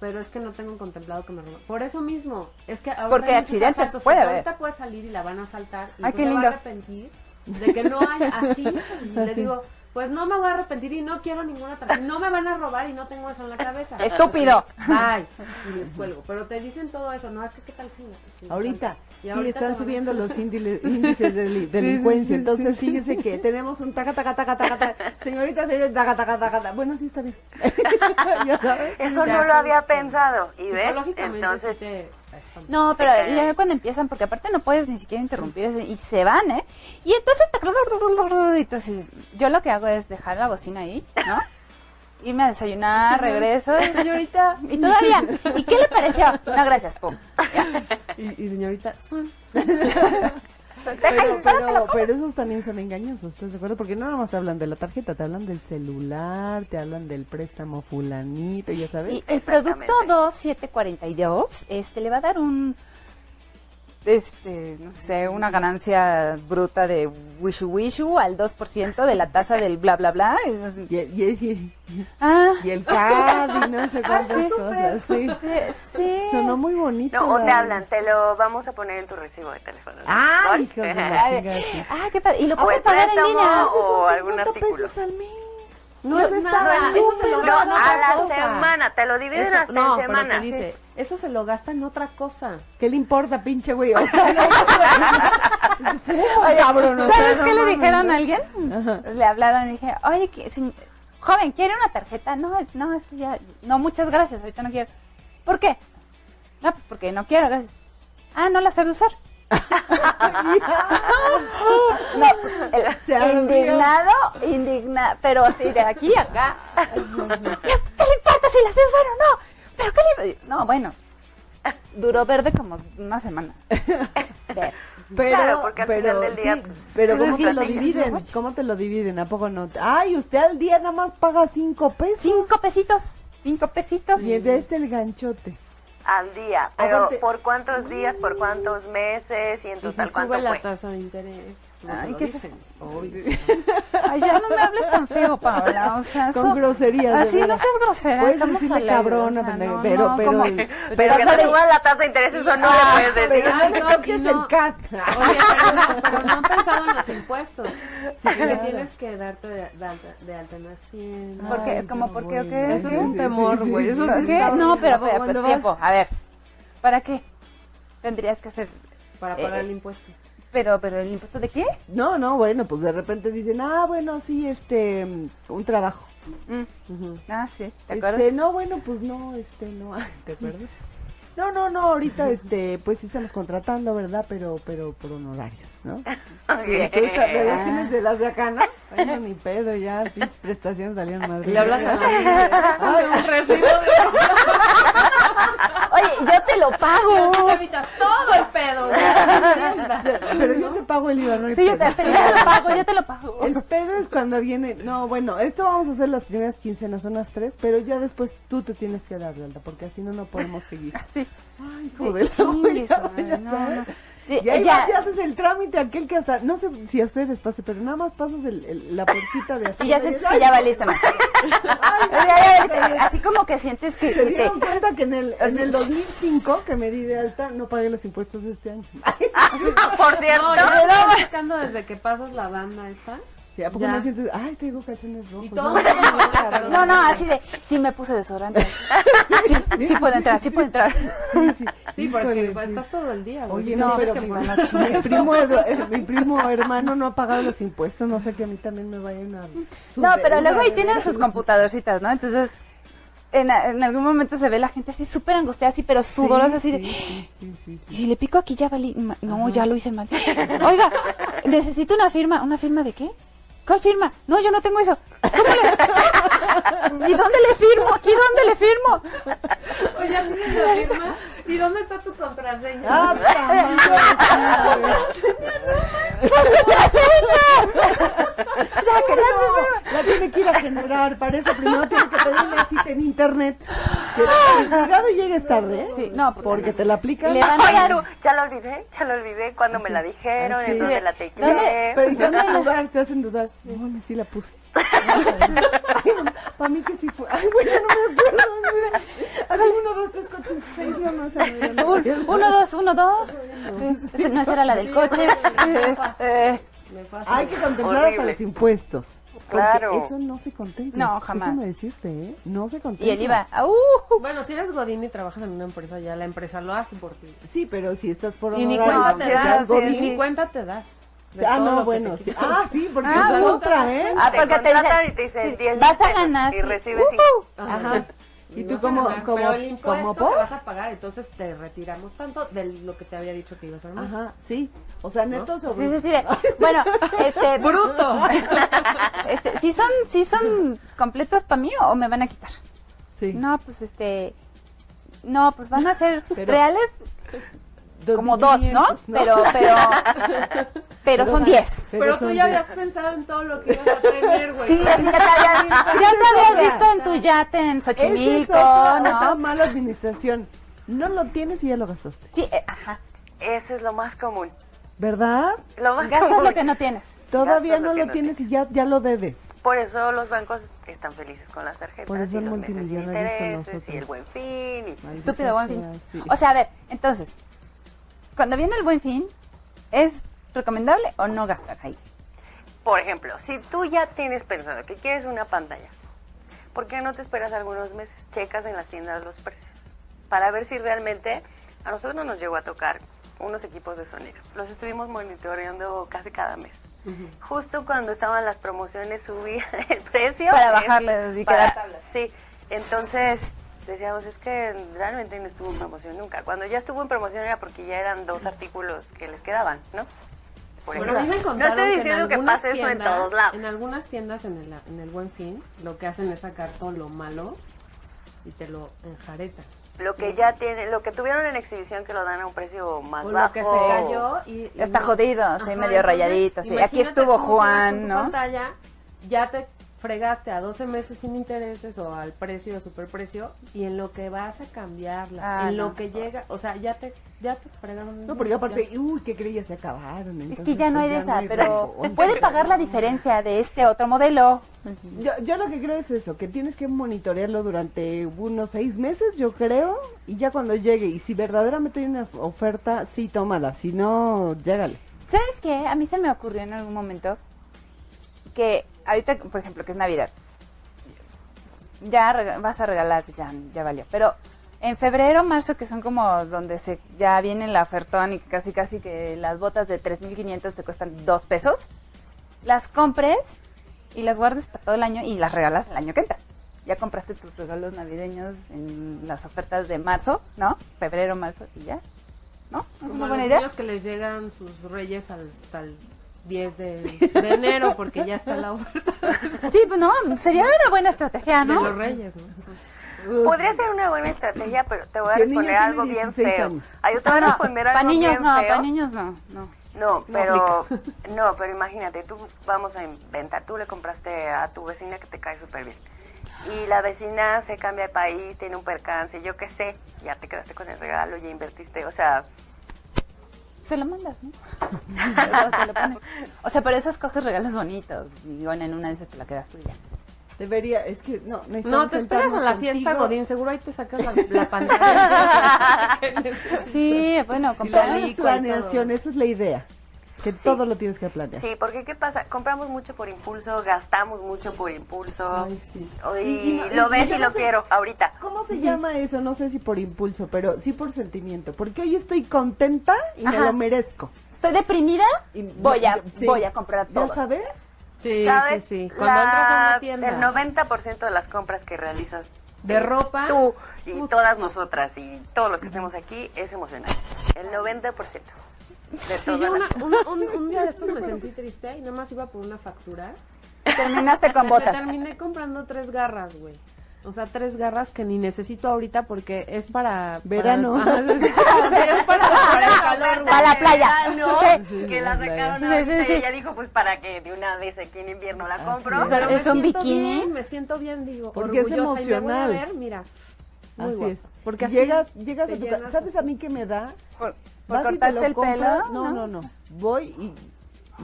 Speaker 4: pero es que no tengo contemplado que me roban. Por eso mismo, es que ahora
Speaker 2: Porque
Speaker 4: hay muchos
Speaker 2: accidentes
Speaker 4: asaltos,
Speaker 2: puede
Speaker 4: porque
Speaker 2: haber.
Speaker 4: Ahorita puede salir y la van a asaltar y
Speaker 2: Ay,
Speaker 4: pues
Speaker 2: qué
Speaker 4: se
Speaker 2: lindo.
Speaker 4: va a arrepentir de que no hay así. Y le digo, pues no me voy a arrepentir y no quiero ninguna tarjeta. No me van a robar y no tengo eso en la cabeza.
Speaker 2: Estúpido.
Speaker 4: Bye. Y les cuelgo. Pero te dicen todo eso, no, es que qué tal si... si-
Speaker 3: Ahorita,
Speaker 4: Y
Speaker 3: sí,
Speaker 4: ahorita te
Speaker 3: están
Speaker 4: van a-
Speaker 3: subiendo los índile- índices de deli- delincuencia. Entonces, fíjense que tenemos un taca, taca, taca, taca, taca. Señorita, señorita, taca, taca, taca, taca. Bueno, sí, está bien. Ya sabes.
Speaker 6: Eso
Speaker 4: Ya
Speaker 6: no lo
Speaker 4: sabes,
Speaker 6: había
Speaker 4: sí.
Speaker 6: pensado, y ves,
Speaker 4: Psicológicamente
Speaker 6: entonces...
Speaker 4: sí te- ay,
Speaker 2: No, pero
Speaker 6: Se caen.
Speaker 2: ya cuando empiezan, porque aparte no puedes ni siquiera interrumpir ese- y se van, ¿eh? Y entonces te... y tú así- yo lo que hago es dejar la bocina ahí, ¿no? Irme a desayunar,
Speaker 4: Señor-
Speaker 2: regreso. y-
Speaker 4: Señorita.
Speaker 2: Y todavía, ¿y qué le pareció? No, gracias, pum. Ya.
Speaker 4: Y, y señorita. suan.
Speaker 3: Pero, pero, pero esos también son engañosos, ¿estás de acuerdo? Porque no nada más te hablan de la tarjeta, te hablan del celular, te hablan del préstamo fulanito, ya sabes.
Speaker 2: Y el producto 2742 este, le va a dar un, este, no sé, una ganancia bruta de wishu wishu al 2% de la tasa del bla bla bla. Y no sé-
Speaker 3: Y, y, y-
Speaker 2: Ah,
Speaker 3: y el CAD y no sé cuántas
Speaker 2: sí,
Speaker 3: cosas. Sí.
Speaker 2: sí, sí.
Speaker 3: Sonó muy bonito.
Speaker 6: No, o te
Speaker 3: ¿verdad?
Speaker 6: hablan, te lo vamos a poner en tu recibo de teléfono.
Speaker 3: ¡Ah,
Speaker 6: ¿No?
Speaker 3: hijo de la
Speaker 2: Ay,
Speaker 3: chingada! sí.
Speaker 2: Ah, qué padre. Y lo
Speaker 6: O
Speaker 2: puedes
Speaker 6: el
Speaker 2: pagar en
Speaker 6: préstamo,
Speaker 2: línea.
Speaker 6: o
Speaker 3: Son
Speaker 6: algún
Speaker 3: 50
Speaker 6: artículo.
Speaker 3: pesos al mes.
Speaker 4: No es nada.
Speaker 6: No,
Speaker 4: Eso se lo
Speaker 6: no,
Speaker 4: gastan en
Speaker 6: a
Speaker 4: otra
Speaker 6: la
Speaker 4: cosa.
Speaker 6: semana, te lo dividen
Speaker 4: Eso-
Speaker 6: hasta
Speaker 4: no,
Speaker 6: en
Speaker 4: pero
Speaker 6: semana.
Speaker 4: te dice, eso se lo gastan en otra cosa.
Speaker 3: ¿Qué le importa, pinche güey? O sea, no- Fuma, cabrón, o sea,
Speaker 2: ¿Sabes
Speaker 3: no
Speaker 2: qué le
Speaker 3: mames.
Speaker 2: dijeron a alguien? Le hablaron y dije, oye, que- se- joven, ¿quiere una tarjeta? No, es- no, es que ya, no, muchas gracias, ahorita no quiero. ¿Por qué? No, pues porque no quiero, gracias. Ah, no la sabe usar. No, el-
Speaker 3: Se ardió.
Speaker 2: indignado, indignado, pero así de aquí a acá. ¿Qué, qué le importa si la sé usar o no? ¿Pero qué le No, bueno, duró verde como una semana. Verde.
Speaker 3: Pero,
Speaker 6: Claro, porque al
Speaker 3: pero,
Speaker 6: final del día,
Speaker 3: sí,
Speaker 6: pues,
Speaker 3: pero
Speaker 2: pues,
Speaker 3: ¿cómo
Speaker 2: así
Speaker 3: te lo
Speaker 2: platicas.
Speaker 3: dividen? ¿Cómo te lo dividen? ¿A poco no? Ay, usted al día nada más paga cinco pesos.
Speaker 2: Cinco pesitos, cinco pesitos.
Speaker 3: Y de este el ganchote.
Speaker 6: Al día, pero
Speaker 3: Aparte-
Speaker 6: por cuántos días, por cuántos meses y en
Speaker 4: Y
Speaker 6: total
Speaker 4: si
Speaker 6: Pues, cuánto
Speaker 4: sube la
Speaker 6: fue.
Speaker 4: tasa de interés. como
Speaker 2: Ay,
Speaker 4: te lo
Speaker 2: qué
Speaker 4: dicen.
Speaker 2: Ay, ya no me hables tan feo, Paola. O sea,
Speaker 3: Con
Speaker 2: eso-
Speaker 3: groserías, de
Speaker 2: Así no
Speaker 3: verdad.
Speaker 2: seas grosera.
Speaker 3: Puedes
Speaker 2: estamos
Speaker 3: decirle
Speaker 2: alegres,
Speaker 3: cabrona,
Speaker 2: o sea,
Speaker 3: pendeja,
Speaker 2: no,
Speaker 3: pero-
Speaker 2: no,
Speaker 3: pero-
Speaker 2: ¿cómo?
Speaker 3: pero
Speaker 6: Pero que
Speaker 2: Tasa
Speaker 6: te
Speaker 2: de-
Speaker 6: suba la tasa de interés, eso no le puedes decir.
Speaker 3: Pero
Speaker 4: Ay,
Speaker 3: no
Speaker 4: no,
Speaker 3: le toques
Speaker 4: no.
Speaker 3: el cat.
Speaker 4: Oye, pero no, pero no han pensado en los impuestos. y que
Speaker 3: claro.
Speaker 4: tienes que darte de, de alta, de alta en Hacienda.
Speaker 2: ¿Por qué?
Speaker 3: Ay,
Speaker 2: ¿Cómo
Speaker 3: no,
Speaker 2: por qué o
Speaker 3: bueno.
Speaker 2: qué?
Speaker 4: Eso es
Speaker 2: ¿Qué?
Speaker 4: un temor, güey. Eso sí
Speaker 2: ¿Qué?
Speaker 4: está
Speaker 2: No,
Speaker 4: horrible.
Speaker 2: pero, pero,
Speaker 3: ¿Cuándo
Speaker 2: pero,
Speaker 3: vas?
Speaker 2: pues, tiempo. A ver, ¿para qué? Tendrías que hacer...
Speaker 4: Para pagar el impuesto.
Speaker 2: Pero, pero, ¿el impuesto de qué?
Speaker 3: No, no, bueno, pues de repente dicen, ah, bueno, sí, este, mm, un trabajo.
Speaker 2: Mm, Ah, sí, ¿te acuerdas?
Speaker 3: Este, no, bueno, pues no, este, no, ay, ¿te acuerdas? No, no, no, ahorita, este, pues sí estamos contratando, ¿verdad? Pero, pero por honorarios, ¿no?
Speaker 2: Ah,
Speaker 6: Ok.
Speaker 2: eh,
Speaker 3: Tú ta- pero ya tienes de las de acá, ¿no? Bueno, ni pedo, ya, mis prestaciones salieron más
Speaker 4: Le hablas a la amiga, "Préstame un recibo de
Speaker 2: Oye, yo te lo pago.
Speaker 4: Tú te evitas todo el pedo. güey, en Hacienda.
Speaker 3: Pero yo te pago el IVA, no hay
Speaker 2: Sí, yo
Speaker 3: pedo.
Speaker 2: te, pero yo te lo pago, yo te lo pago.
Speaker 3: El pedo es cuando viene, no, bueno, esto vamos a hacer las primeras quincenas, son las tres, pero ya después tú te tienes que dar de alta, porque así no, no podemos seguir.
Speaker 2: Sí.
Speaker 3: hijo de la
Speaker 2: Chingues,
Speaker 3: olla,
Speaker 2: madre,
Speaker 3: ya
Speaker 2: no,
Speaker 3: sabes.
Speaker 2: no.
Speaker 3: Y ahí
Speaker 2: Ya-
Speaker 3: vas y haces el trámite aquel que hasta, no sé si a ustedes les pase, pero nada más pasas el- el- la puertita de así.
Speaker 2: Y ya sientes que ya valiste más. Así como que sientes que,
Speaker 3: Se
Speaker 2: que te-
Speaker 3: dieron cuenta que en el, en el 2005 que me di de alta no pagué los impuestos de este año.
Speaker 6: Por
Speaker 4: No,
Speaker 6: cierto,
Speaker 4: yo estoy buscando desde que pasas la banda esta.
Speaker 3: Sí, ¿A poco
Speaker 4: Ya.
Speaker 3: no sientes? Ay, tengo calzones rojos.
Speaker 4: Y todo
Speaker 3: Pues no,
Speaker 4: el mundo me saca,
Speaker 3: cabrón.
Speaker 2: No, no, así de, sí me puse desodorante. Sí, sí puedo entrar, sí puedo entrar.
Speaker 3: Sí,
Speaker 4: Sí, porque pues, estás todo el día, güey.
Speaker 3: Oye,
Speaker 4: Dices,
Speaker 3: no,
Speaker 4: pues,
Speaker 3: pero
Speaker 4: que
Speaker 3: mi,
Speaker 4: por la
Speaker 3: mi primo, Edu- eh, mi primo hermano no ha pagado los impuestos, no sé que a mí también me vayan a...
Speaker 2: No, pero luego ahí tienen sus computadorcitas, ¿no? Entonces, en, en algún momento se ve la gente así súper angustiada, así, pero sudorosa, así de,
Speaker 3: Sí, sí, sí, sí.
Speaker 2: y si le pico aquí ya valí, ma- no, ya lo hice mal. Oiga, necesito una firma, ¿una firma de qué? ¿Cuál firma? No, yo no tengo eso. ¿Cómo le... ¿Y dónde le firmo? ¿Aquí dónde le firmo?
Speaker 4: Oye, tienes la firma. ¿Y dónde está tu contraseña?
Speaker 3: Ah, pa' madre.
Speaker 2: Ya, que la firma.
Speaker 3: La tiene que ir a generar, para eso primero tiene que pedir una cita en internet. Que- Cuidado llegues tarde, ¿eh?
Speaker 2: Sí, no, porque-
Speaker 3: porque te la aplican.
Speaker 2: Le dan-
Speaker 6: Oye, Aru, ya lo olvidé, ya lo olvidé cuando me la dijeron,
Speaker 3: así.
Speaker 6: en donde la Ah,
Speaker 2: ¿Dónde?
Speaker 6: tequilé.
Speaker 3: Pero te
Speaker 2: ¿Dónde
Speaker 3: hacen
Speaker 2: la-
Speaker 3: dudar, te hacen dudar. No, me sí la puse. Para mí que sí fue. Ay, bueno, no me acuerdo. mira. Así, uno, dos, tres, cuatro, cinco, seis, no, no, o sea, no, no,
Speaker 2: Un-
Speaker 3: no.
Speaker 2: uno, dos, uno, dos. Eh, esa- No, esa era la del coche. Eh, eh,
Speaker 4: Me pasa.
Speaker 3: Hay que contemplar hasta
Speaker 6: Horrible.
Speaker 3: los impuestos. porque
Speaker 6: Claro.
Speaker 3: Eso no se contempla.
Speaker 2: No, jamás.
Speaker 3: Déjame decirte, ¿eh? No se contempla.
Speaker 2: y él iba, ¡uh!
Speaker 4: Bueno, si eres Godín y trabajas en una empresa, ya la empresa lo hace por ti.
Speaker 3: Sí, pero si estás por
Speaker 4: Y ni
Speaker 3: honorario,
Speaker 4: cuenta
Speaker 2: no,
Speaker 4: te
Speaker 3: si estás
Speaker 4: das.
Speaker 2: sí,
Speaker 3: godín,
Speaker 4: y Ni cuenta te das. de
Speaker 3: Ah,
Speaker 4: todo lo
Speaker 3: no,
Speaker 4: que
Speaker 3: bueno.
Speaker 4: te
Speaker 3: sí.
Speaker 4: quitan.
Speaker 3: Ah, sí, porque
Speaker 2: Ah,
Speaker 3: es
Speaker 2: bueno.
Speaker 3: otra, ¿eh?
Speaker 6: Ah,
Speaker 2: porque te
Speaker 6: contratan
Speaker 2: dicen,
Speaker 6: y te
Speaker 2: sí,
Speaker 6: dicen 10
Speaker 2: vas a
Speaker 6: pesos
Speaker 2: ganar,
Speaker 6: y
Speaker 2: sí.
Speaker 6: recibes
Speaker 2: Uh,
Speaker 6: cinco.
Speaker 3: Ajá.
Speaker 4: Sí.
Speaker 3: ¿Y tú
Speaker 4: vas a
Speaker 3: como,
Speaker 4: ganar,
Speaker 3: como,
Speaker 4: pero el impuesto
Speaker 3: como
Speaker 4: que
Speaker 3: por?
Speaker 4: vas a pagar, entonces te retiramos tanto de lo que te había dicho que ibas a ganar.
Speaker 3: Ajá, sí. O sea, neto
Speaker 2: Sí,
Speaker 3: sobre...
Speaker 2: sí, sí, de- Bueno, este.
Speaker 4: Bruto.
Speaker 2: Este, ¿sí son, sí son completos para mí o me van a quitar?
Speaker 3: Sí.
Speaker 2: No, pues este. No, pues van a ser
Speaker 3: Pero-
Speaker 2: reales
Speaker 3: Dos
Speaker 2: como dos, ¿no?
Speaker 3: quinientos,
Speaker 2: Pero, pero. Pero son diez.
Speaker 4: Pero tú
Speaker 3: son
Speaker 4: ya
Speaker 3: diez.
Speaker 4: habías pensado en todo lo que ibas a tener, güey.
Speaker 2: Sí, así que te habías, ya te habías visto en tu yate en
Speaker 3: Esa es
Speaker 2: Xochimilco,
Speaker 3: otra, otra
Speaker 2: ¿no?
Speaker 3: mala administración. No lo tienes y ya lo gastaste.
Speaker 2: Sí, eh, ajá.
Speaker 6: Eso es lo más común.
Speaker 3: ¿Verdad?
Speaker 6: Lo más
Speaker 2: Gastas
Speaker 6: común.
Speaker 2: lo que no tienes.
Speaker 3: Todavía no
Speaker 6: Gastas
Speaker 3: lo
Speaker 6: que
Speaker 3: tienes y ya, ya lo debes.
Speaker 6: Por eso los bancos están felices con las tarjetas.
Speaker 3: Por eso
Speaker 6: y
Speaker 3: el
Speaker 6: los
Speaker 3: multimillonario
Speaker 6: meses de
Speaker 3: con
Speaker 6: intereses
Speaker 3: nosotros.
Speaker 6: Y el buen fin. y-
Speaker 3: Maldita
Speaker 2: Estúpido buen
Speaker 3: sea,
Speaker 2: fin.
Speaker 3: sí.
Speaker 2: O sea, a ver, entonces, cuando viene el buen fin, ¿es recomendable o no gastar ahí?
Speaker 6: Por ejemplo, si tú ya tienes pensado que quieres una pantalla, ¿por qué no te esperas algunos meses? Checas en las tiendas los precios para ver si realmente a nosotros no nos llegó a tocar unos equipos de sonido. Los estuvimos monitoreando casi cada mes. Justo cuando estaban las promociones subía el precio.
Speaker 2: Para
Speaker 6: es-
Speaker 2: bajarle y quedar tablas.
Speaker 6: Sí, entonces decíamos, es que realmente no estuvo en promoción nunca. Cuando ya estuvo en promoción era porque ya eran dos artículos que les quedaban, ¿no? Por
Speaker 4: Bueno, a mí me
Speaker 6: ejemplo.
Speaker 4: contaron
Speaker 6: no estoy
Speaker 4: que en
Speaker 6: diciendo que,
Speaker 4: algunas
Speaker 6: pase eso en
Speaker 4: tiendas-
Speaker 6: todos lados.
Speaker 4: En algunas tiendas en el, en el Buen Fin, lo que hacen es sacar todo lo malo y te lo enjaretan.
Speaker 6: Lo que ya tiene, lo que tuvieron en exhibición que lo dan a un precio más
Speaker 4: O
Speaker 6: bajo.
Speaker 4: lo que se cayó y... y
Speaker 2: Está jodido, sí, medio rayadito, sí.
Speaker 4: imagínate
Speaker 2: Aquí estuvo
Speaker 4: cómo tienes
Speaker 2: Juan,
Speaker 4: tu
Speaker 2: ¿no?
Speaker 4: pantalla, ya te fregaste a 12 meses sin intereses o al precio, superprecio, y en lo que vas a cambiarla,
Speaker 2: Ah,
Speaker 4: en
Speaker 2: no.
Speaker 4: lo que llega, o sea, ya te, ya te fregaron.
Speaker 3: No, porque aparte, uy, ¿qué creí? Ya se acabaron.
Speaker 2: Es
Speaker 3: entonces,
Speaker 2: que ya no
Speaker 3: pues,
Speaker 2: hay de esa, pero
Speaker 3: reembolso.
Speaker 2: puede pagar la diferencia de este otro modelo.
Speaker 3: Yo, yo lo que creo es eso, que tienes que monitorearlo durante unos seis meses, yo creo, y ya cuando llegue, y si verdaderamente hay una oferta, sí, tómala, si no, llégale.
Speaker 2: ¿Sabes qué? A mí se me ocurrió en algún momento que ahorita, por ejemplo, que es Navidad, ya rega- vas a regalar, pues ya, ya valió. Pero en febrero, marzo, que son como donde se ya viene la ofertón y casi casi que las botas de 3.500 te cuestan 2 pesos, las compres y las guardes para todo el año y las regalas el año que entra. Ya compraste tus regalos navideños en las ofertas de marzo, ¿no? Febrero, marzo y ya. ¿No? ¿No ¿Es
Speaker 4: Como
Speaker 2: una
Speaker 4: los
Speaker 2: buena idea?
Speaker 4: niños que les llegan sus reyes al tal 10 de, de enero porque ya está la oferta
Speaker 2: Sí, pues no, sería una buena estrategia,
Speaker 4: de los
Speaker 2: ¿Ah, ¿no?
Speaker 4: reyes, ¿no?
Speaker 6: Podría ser una buena estrategia, pero te voy a
Speaker 3: Si el niño
Speaker 6: responder
Speaker 3: tiene
Speaker 6: algo bien
Speaker 3: 16
Speaker 6: feo.
Speaker 3: años.
Speaker 6: Ay, yo te
Speaker 4: Ah,
Speaker 6: voy a responder pues, algo
Speaker 2: Para niños
Speaker 6: bien
Speaker 2: no,
Speaker 6: feo.
Speaker 2: para niños no, no.
Speaker 6: No, pero no, pero imagínate, tú vamos a inventar, tú le compraste a tu vecina que te cae súper bien. Y la vecina se cambia de país, tiene un percance, yo qué sé, ya te quedaste con el regalo, ya invertiste, o sea,
Speaker 2: Se lo mandas, ¿no? Luego te lo pones. O sea, por eso escoges regalos bonitos. Y bueno, en una de esas te la quedas tú y ya.
Speaker 3: Debería, es que no,
Speaker 4: No,
Speaker 3: necesitamos
Speaker 4: te esperas a
Speaker 3: sentarnos
Speaker 4: la fiesta,
Speaker 3: contigo.
Speaker 4: Godín, seguro ahí te sacas la, la pantalla.
Speaker 2: Sí, bueno,
Speaker 4: la
Speaker 3: Toda
Speaker 2: comprar.
Speaker 4: li-
Speaker 3: es
Speaker 4: Lico y todo.
Speaker 3: planeación, esa es la idea, que todo lo tienes que planear.
Speaker 6: sí, porque qué pasa, compramos mucho por impulso, gastamos mucho por impulso.
Speaker 3: Ay, sí.
Speaker 6: Y,
Speaker 3: Y- y no-
Speaker 6: lo
Speaker 3: y-
Speaker 6: ves
Speaker 3: y yo
Speaker 6: y
Speaker 3: no
Speaker 6: lo
Speaker 3: sé-
Speaker 6: quiero ahorita.
Speaker 3: ¿Cómo se llama eso? No sé si por impulso, pero sí por sentimiento, porque hoy estoy contenta y
Speaker 2: Ajá.
Speaker 3: me lo merezco.
Speaker 2: Estoy deprimida,
Speaker 3: Y-
Speaker 2: voy a,
Speaker 3: sí.
Speaker 2: voy a comprar todo.
Speaker 3: ¿Ya sabes?
Speaker 4: Sí, sí,
Speaker 6: ¿Sabes?
Speaker 4: sí. Cuando
Speaker 6: La-
Speaker 4: entras a una tienda.
Speaker 6: El 90% de las compras que realizas
Speaker 4: de ropa.
Speaker 6: Tú y
Speaker 4: Puta.
Speaker 6: todas nosotras y todos los que estemos aquí es emocionante. El 90% de
Speaker 4: Sí,
Speaker 6: todas
Speaker 4: yo una-
Speaker 6: las-
Speaker 4: un, un- un día de estos me sentí triste y nada más iba por una factura.
Speaker 2: Terminaste con
Speaker 4: Me
Speaker 2: botas.
Speaker 4: terminé comprando tres garras, güey. O sea, tres garras que ni necesito ahorita porque es para... para-
Speaker 3: Verano.
Speaker 4: Ajá, es- o sea, es para, para el calor, güey.
Speaker 2: Para la playa.
Speaker 6: ¿no?
Speaker 2: Sí.
Speaker 6: Que la sacaron
Speaker 2: Sí,
Speaker 6: ahorita
Speaker 2: sí, sí.
Speaker 6: y ella dijo, pues para que de una vez aquí en invierno la compro.
Speaker 2: Pero
Speaker 4: me
Speaker 2: es un
Speaker 4: siento
Speaker 2: bikini.
Speaker 4: bien, me siento bien, digo,
Speaker 3: Porque es
Speaker 4: orgullosa y me voy a
Speaker 3: emocional.
Speaker 4: ver, mira, muy
Speaker 3: así
Speaker 4: guapa.
Speaker 3: es.
Speaker 4: Porque así
Speaker 3: llegas, llegas
Speaker 4: te
Speaker 3: a tu
Speaker 4: llenas
Speaker 3: casa. ¿Sabes a mí qué me da?
Speaker 2: ¿Por, por
Speaker 3: Vas y te
Speaker 2: cortarte
Speaker 3: lo
Speaker 2: el
Speaker 3: compras.
Speaker 2: pelo?
Speaker 3: No, no, no. Voy y,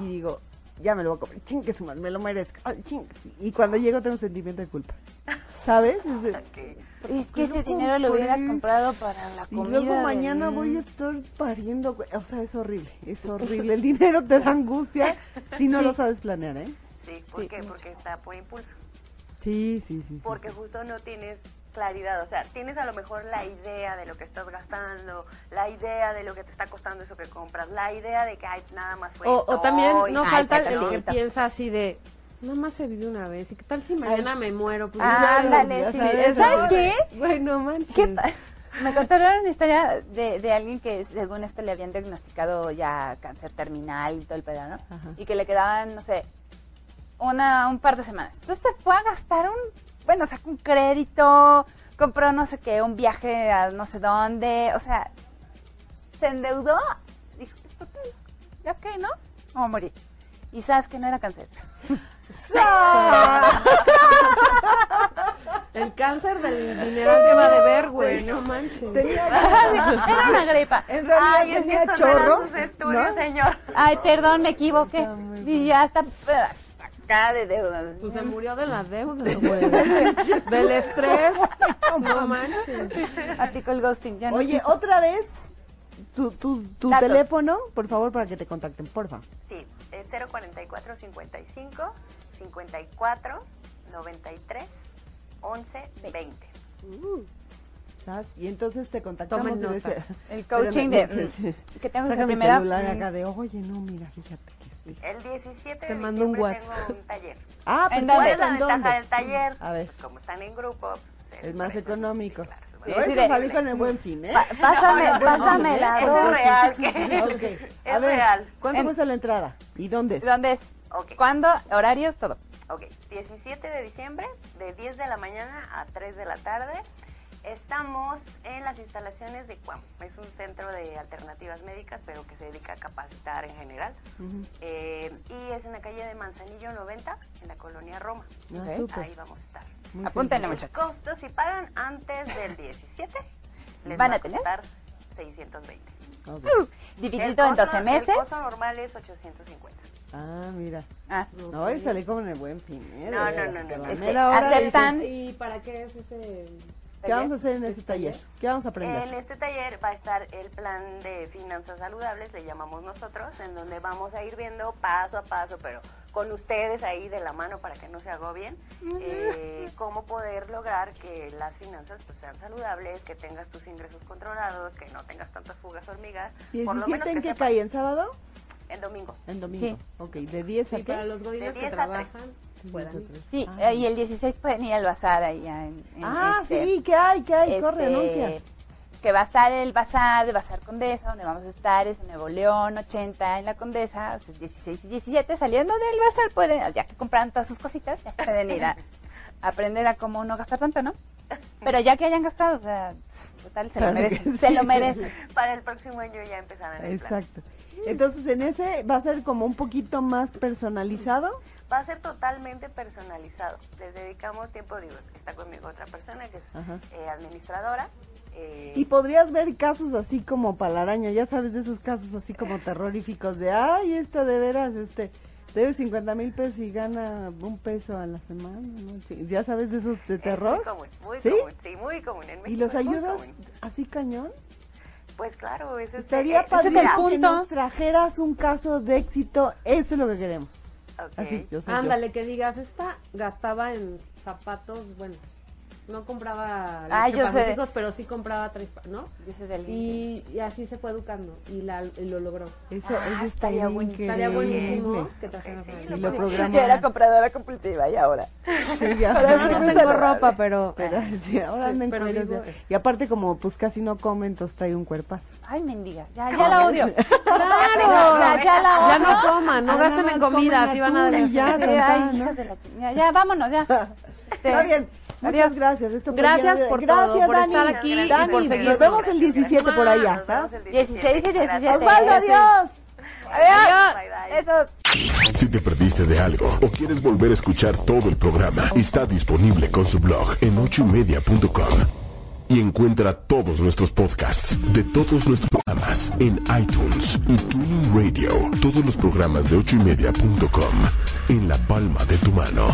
Speaker 3: y digo, ya me lo voy a comer. Chingue su madre, me lo merezco. Ay, chingue. Y cuando llego tengo sentimiento de culpa. ¿Sabes? Es de-
Speaker 2: Es que ese
Speaker 3: Loco,
Speaker 2: dinero lo
Speaker 3: por
Speaker 2: hubiera
Speaker 3: él.
Speaker 2: comprado para la
Speaker 3: y
Speaker 2: comida.
Speaker 3: luego mañana
Speaker 2: del-
Speaker 3: voy a estar pariendo. güey. O sea, es horrible. Es horrible. El dinero te da angustia si no
Speaker 2: Sí.
Speaker 3: lo sabes planear, ¿eh?
Speaker 6: Sí, ¿por
Speaker 2: Sí,
Speaker 6: qué? Porque está por impulso.
Speaker 3: Sí, sí, sí. sí.
Speaker 6: Porque justo no tienes claridad, o sea, tienes a lo mejor la idea de lo que estás gastando, la idea de lo que te está costando eso que compras, la idea de que ay, nada más fue
Speaker 4: O,
Speaker 6: esto
Speaker 4: o también
Speaker 6: hoy.
Speaker 4: no
Speaker 2: Ay,
Speaker 4: falta
Speaker 2: qué
Speaker 4: el que
Speaker 2: bonito.
Speaker 4: piensa así de, nada más se vive una vez, ¿y qué tal si mañana me muero? Pues,
Speaker 2: Ah,
Speaker 4: ya,
Speaker 2: ándale,
Speaker 4: ya
Speaker 2: sí.
Speaker 4: sabes,
Speaker 2: ¿Sabes
Speaker 4: ¿no?
Speaker 2: qué?
Speaker 4: Güey, no manches.
Speaker 2: ¿Qué ta- Me contaron una historia de, de alguien que según esto le habían diagnosticado ya cáncer terminal y todo el pedo, ¿no?
Speaker 3: Ajá.
Speaker 2: Y que le quedaban, no sé, una, un par de semanas. Entonces se fue a gastar un, bueno, sacó un crédito, compró no sé qué, un viaje a no sé dónde, o sea, se endeudó, dijo, pues total, ya que, ¿no? Vamos a morir. Y sabes que no era cáncer.
Speaker 4: El cáncer del dinero al que va a deber, güey, no manches.
Speaker 2: Era una gripa.
Speaker 3: En realidad
Speaker 6: Ay, es que
Speaker 3: tenía
Speaker 6: estos no eran
Speaker 3: chorro.
Speaker 6: sus estudios,
Speaker 3: ¿no?
Speaker 6: señor.
Speaker 2: Ay, perdón, me equivoqué. Y ya está eh, acá de deuda.
Speaker 4: Pues se murió de la deuda, güey. Del estrés. No manches.
Speaker 2: A ti con el ghosting. Ya no
Speaker 3: Oye,
Speaker 2: existe.
Speaker 3: otra vez, tu, tu, tu
Speaker 2: Datos.
Speaker 3: teléfono, por favor, para que te contacten, porfa.
Speaker 6: Sí, es 044 55 54 93 11 20.
Speaker 3: ¿Sabes? Y entonces te contactamos.
Speaker 4: Tomen
Speaker 3: y ves-
Speaker 4: nota.
Speaker 2: el coaching de
Speaker 3: Espérame, no, sí, sí.
Speaker 2: mm, que tengo esa
Speaker 3: Saca mi
Speaker 2: primera.
Speaker 3: celular
Speaker 2: mm,
Speaker 3: acá de, oye, no, mira, fíjate que sí.
Speaker 6: El 17
Speaker 4: Te
Speaker 6: de
Speaker 4: mando un
Speaker 6: diciembre
Speaker 4: WhatsApp.
Speaker 6: tengo un taller.
Speaker 3: Ah,
Speaker 2: ¿En dónde?
Speaker 3: perfecto,
Speaker 6: ¿Cuál es la
Speaker 3: ¿en
Speaker 6: ventaja
Speaker 3: dónde?
Speaker 6: del taller?
Speaker 3: A ver.
Speaker 6: Pues como están en grupo, pues,
Speaker 3: Es más
Speaker 6: precio-
Speaker 3: económico.
Speaker 6: sí, claro, es más
Speaker 3: Por
Speaker 2: Sí, sí,
Speaker 3: eso
Speaker 2: de-
Speaker 3: salí con el buen fin, ¿eh?
Speaker 2: pa- Mm. Pásame,
Speaker 6: No, no, no,
Speaker 2: pásame
Speaker 3: no,
Speaker 2: la
Speaker 6: Eso
Speaker 2: dos.
Speaker 6: es real. que-
Speaker 3: Ok, A ver,
Speaker 6: Es real.
Speaker 3: ¿cuánto
Speaker 2: En-
Speaker 3: cuesta la entrada? ¿Y dónde? es?
Speaker 2: ¿Dónde es?
Speaker 6: Ok.
Speaker 2: ¿Cuándo? Horarios, todo.
Speaker 6: Ok, 17 de diciembre, de 10 de la mañana a 3 de la tarde. Estamos en las instalaciones de CUAM. Es un centro de alternativas médicas, pero que se dedica a capacitar en general. Eh, y es en la calle de Manzanillo 90, en la colonia Roma.
Speaker 3: Ah,
Speaker 2: Ok.
Speaker 3: súper.
Speaker 6: Ahí vamos a estar.
Speaker 3: Muy
Speaker 2: Apúntenle,
Speaker 6: Los
Speaker 2: muchachos.
Speaker 6: costos, si pagan antes del 17, les
Speaker 2: ¿Van
Speaker 6: va
Speaker 2: a tener?
Speaker 6: costar 620.
Speaker 3: simple. Ok.
Speaker 2: Uh,
Speaker 6: El
Speaker 2: Dividido en 12
Speaker 6: costo-
Speaker 2: meses.
Speaker 6: El costo normal es 850.
Speaker 3: Ah, mira.
Speaker 2: Ah,
Speaker 3: No, hoy salí como en el buen fin, ¿eh? De
Speaker 6: No, no,
Speaker 3: veras,
Speaker 6: no,
Speaker 3: que
Speaker 6: no,
Speaker 3: la
Speaker 6: no.
Speaker 2: este,
Speaker 3: mera hora
Speaker 2: aceptan.
Speaker 4: ¿Y para qué es ese?
Speaker 3: dices, ¿Qué vamos a hacer en este taller? ¿Qué vamos a
Speaker 6: En
Speaker 3: aprender?
Speaker 6: este taller va a estar el plan de finanzas saludables, le llamamos nosotros, en donde vamos a ir viendo paso a paso, pero con ustedes ahí de la mano para que no se agobien, eh, cómo poder lograr que las finanzas pues, sean saludables, que tengas tus ingresos controlados, que no tengas tantas fugas hormigas. por lo
Speaker 3: ¿17
Speaker 6: menos
Speaker 3: en
Speaker 6: que
Speaker 3: qué
Speaker 6: sepas-
Speaker 3: cae? ¿En sábado?
Speaker 6: En domingo.
Speaker 3: En domingo.
Speaker 2: Sí.
Speaker 3: Ok, ¿de 10 a
Speaker 4: Y
Speaker 3: qué?
Speaker 4: para los godines
Speaker 6: De
Speaker 4: que
Speaker 6: 10 a tres.
Speaker 4: trabajan, Pues, puedan ir.
Speaker 2: Sí,
Speaker 3: Ah.
Speaker 2: eh, y el 16 pueden ir al bazar allá en, en
Speaker 3: Ah,
Speaker 2: este-
Speaker 3: sí, ¿qué hay? ¿Qué hay? Corre,
Speaker 2: este,
Speaker 3: anuncia.
Speaker 2: Que va a estar el bazar de Bazar Condesa, donde vamos a estar, es en Nuevo León, 80, en la Condesa, o sea, 16 y 17, saliendo del bazar, pueden, ya que compraron todas sus cositas, ya pueden ir a a aprender a cómo no gastar tanto, ¿no? Pero ya que hayan gastado, o sea, total, se
Speaker 3: Claro
Speaker 2: lo
Speaker 3: que
Speaker 2: merecen,
Speaker 3: sí.
Speaker 2: se lo merecen.
Speaker 6: Para el próximo año ya empezarán el plan.
Speaker 3: Exacto. Entonces, en ese va a ser como un poquito más personalizado.
Speaker 6: Va a ser totalmente personalizado. Les dedicamos tiempo, digo, está conmigo otra persona que es
Speaker 3: Ajá.
Speaker 6: eh, administradora. eh,
Speaker 3: Y podrías ver casos así como Palaraña, ya sabes, de esos casos así como terroríficos de, ay, esta de veras, este, debe 50 mil pesos y gana un peso a la semana. ¿no? Sí, Ya sabes de esos de
Speaker 6: es
Speaker 3: terror.
Speaker 6: Muy común, muy
Speaker 3: ¿Sí?
Speaker 6: común, sí, muy común Eh, en México.
Speaker 3: Y los
Speaker 6: es muy
Speaker 3: ayudas
Speaker 6: común.
Speaker 3: así cañón.
Speaker 6: Pues claro, eso
Speaker 3: Estaría
Speaker 2: ese es el
Speaker 3: padrísimo que
Speaker 2: punto.
Speaker 3: nos trajeras un caso de éxito. Eso es lo que queremos. Así, yo soy yo.
Speaker 4: Ándale, que digas, esta gastaba en zapatos, bueno, no compraba leche
Speaker 2: Ah, yo
Speaker 4: para
Speaker 2: sé.
Speaker 4: sus hijos, pero sí compraba tres, pa- ¿no?
Speaker 2: Yo sé de alguien.
Speaker 4: Y, y así se fue educando y, la, y lo logró.
Speaker 3: Eso,
Speaker 2: Ah,
Speaker 3: eso
Speaker 2: estaría
Speaker 3: estaría
Speaker 2: buenísimo.
Speaker 4: Estaría
Speaker 3: increíble.
Speaker 4: buenísimo que trajeran a
Speaker 3: Y
Speaker 4: Fran.
Speaker 3: lo
Speaker 2: que-
Speaker 3: programas.
Speaker 2: Yo era compradora compulsiva y ahora.
Speaker 3: Sí, ya.
Speaker 2: Ahora
Speaker 4: Ahora
Speaker 2: sí
Speaker 4: no
Speaker 2: me
Speaker 4: tengo
Speaker 2: saludable.
Speaker 4: ropa, pero...
Speaker 3: Pero, sí, ahora
Speaker 4: Sí,
Speaker 3: me
Speaker 4: pero
Speaker 3: encuentro,
Speaker 4: vivo.
Speaker 3: o sea, Y aparte, como pues casi no come, entonces trae un cuerpazo.
Speaker 2: Ay, mendiga. Ya, ya la odio.
Speaker 4: ¡Claro!
Speaker 2: Ya, ya la
Speaker 4: Ya
Speaker 2: odio.
Speaker 4: no coman, no
Speaker 3: Ah,
Speaker 4: gasten
Speaker 3: nada
Speaker 4: en
Speaker 3: más
Speaker 4: comida,
Speaker 3: cómela
Speaker 4: así van a
Speaker 3: tú y
Speaker 4: adelgazar.
Speaker 3: ya,
Speaker 2: Sí,
Speaker 3: tonta,
Speaker 2: ay,
Speaker 3: ¿no?
Speaker 2: hijas de la chingada. Ya, vámonos, ya. Este,
Speaker 3: Está bien. Muchas
Speaker 2: Adiós.
Speaker 3: gracias. Esto fue
Speaker 4: Gracias
Speaker 3: Diario de-
Speaker 4: por todo,
Speaker 3: gracias,
Speaker 4: por
Speaker 3: Dani.
Speaker 4: estar aquí y
Speaker 3: Dani,
Speaker 4: por
Speaker 3: nos
Speaker 4: seguirnos.
Speaker 3: vemos el 17 por allá.
Speaker 6: Nos vemos
Speaker 3: ¿sabes?
Speaker 6: el
Speaker 2: 16 y 17.
Speaker 3: Osvaldo, adiós.
Speaker 2: Adiós. Besos.
Speaker 1: Si te perdiste de algo o quieres volver a escuchar todo el programa, está disponible con su blog en ochoymedia.com. Y encuentra todos nuestros podcasts de todos nuestros programas en iTunes y Tuning Radio. Todos los programas de ochoymedia.com en la palma de tu mano.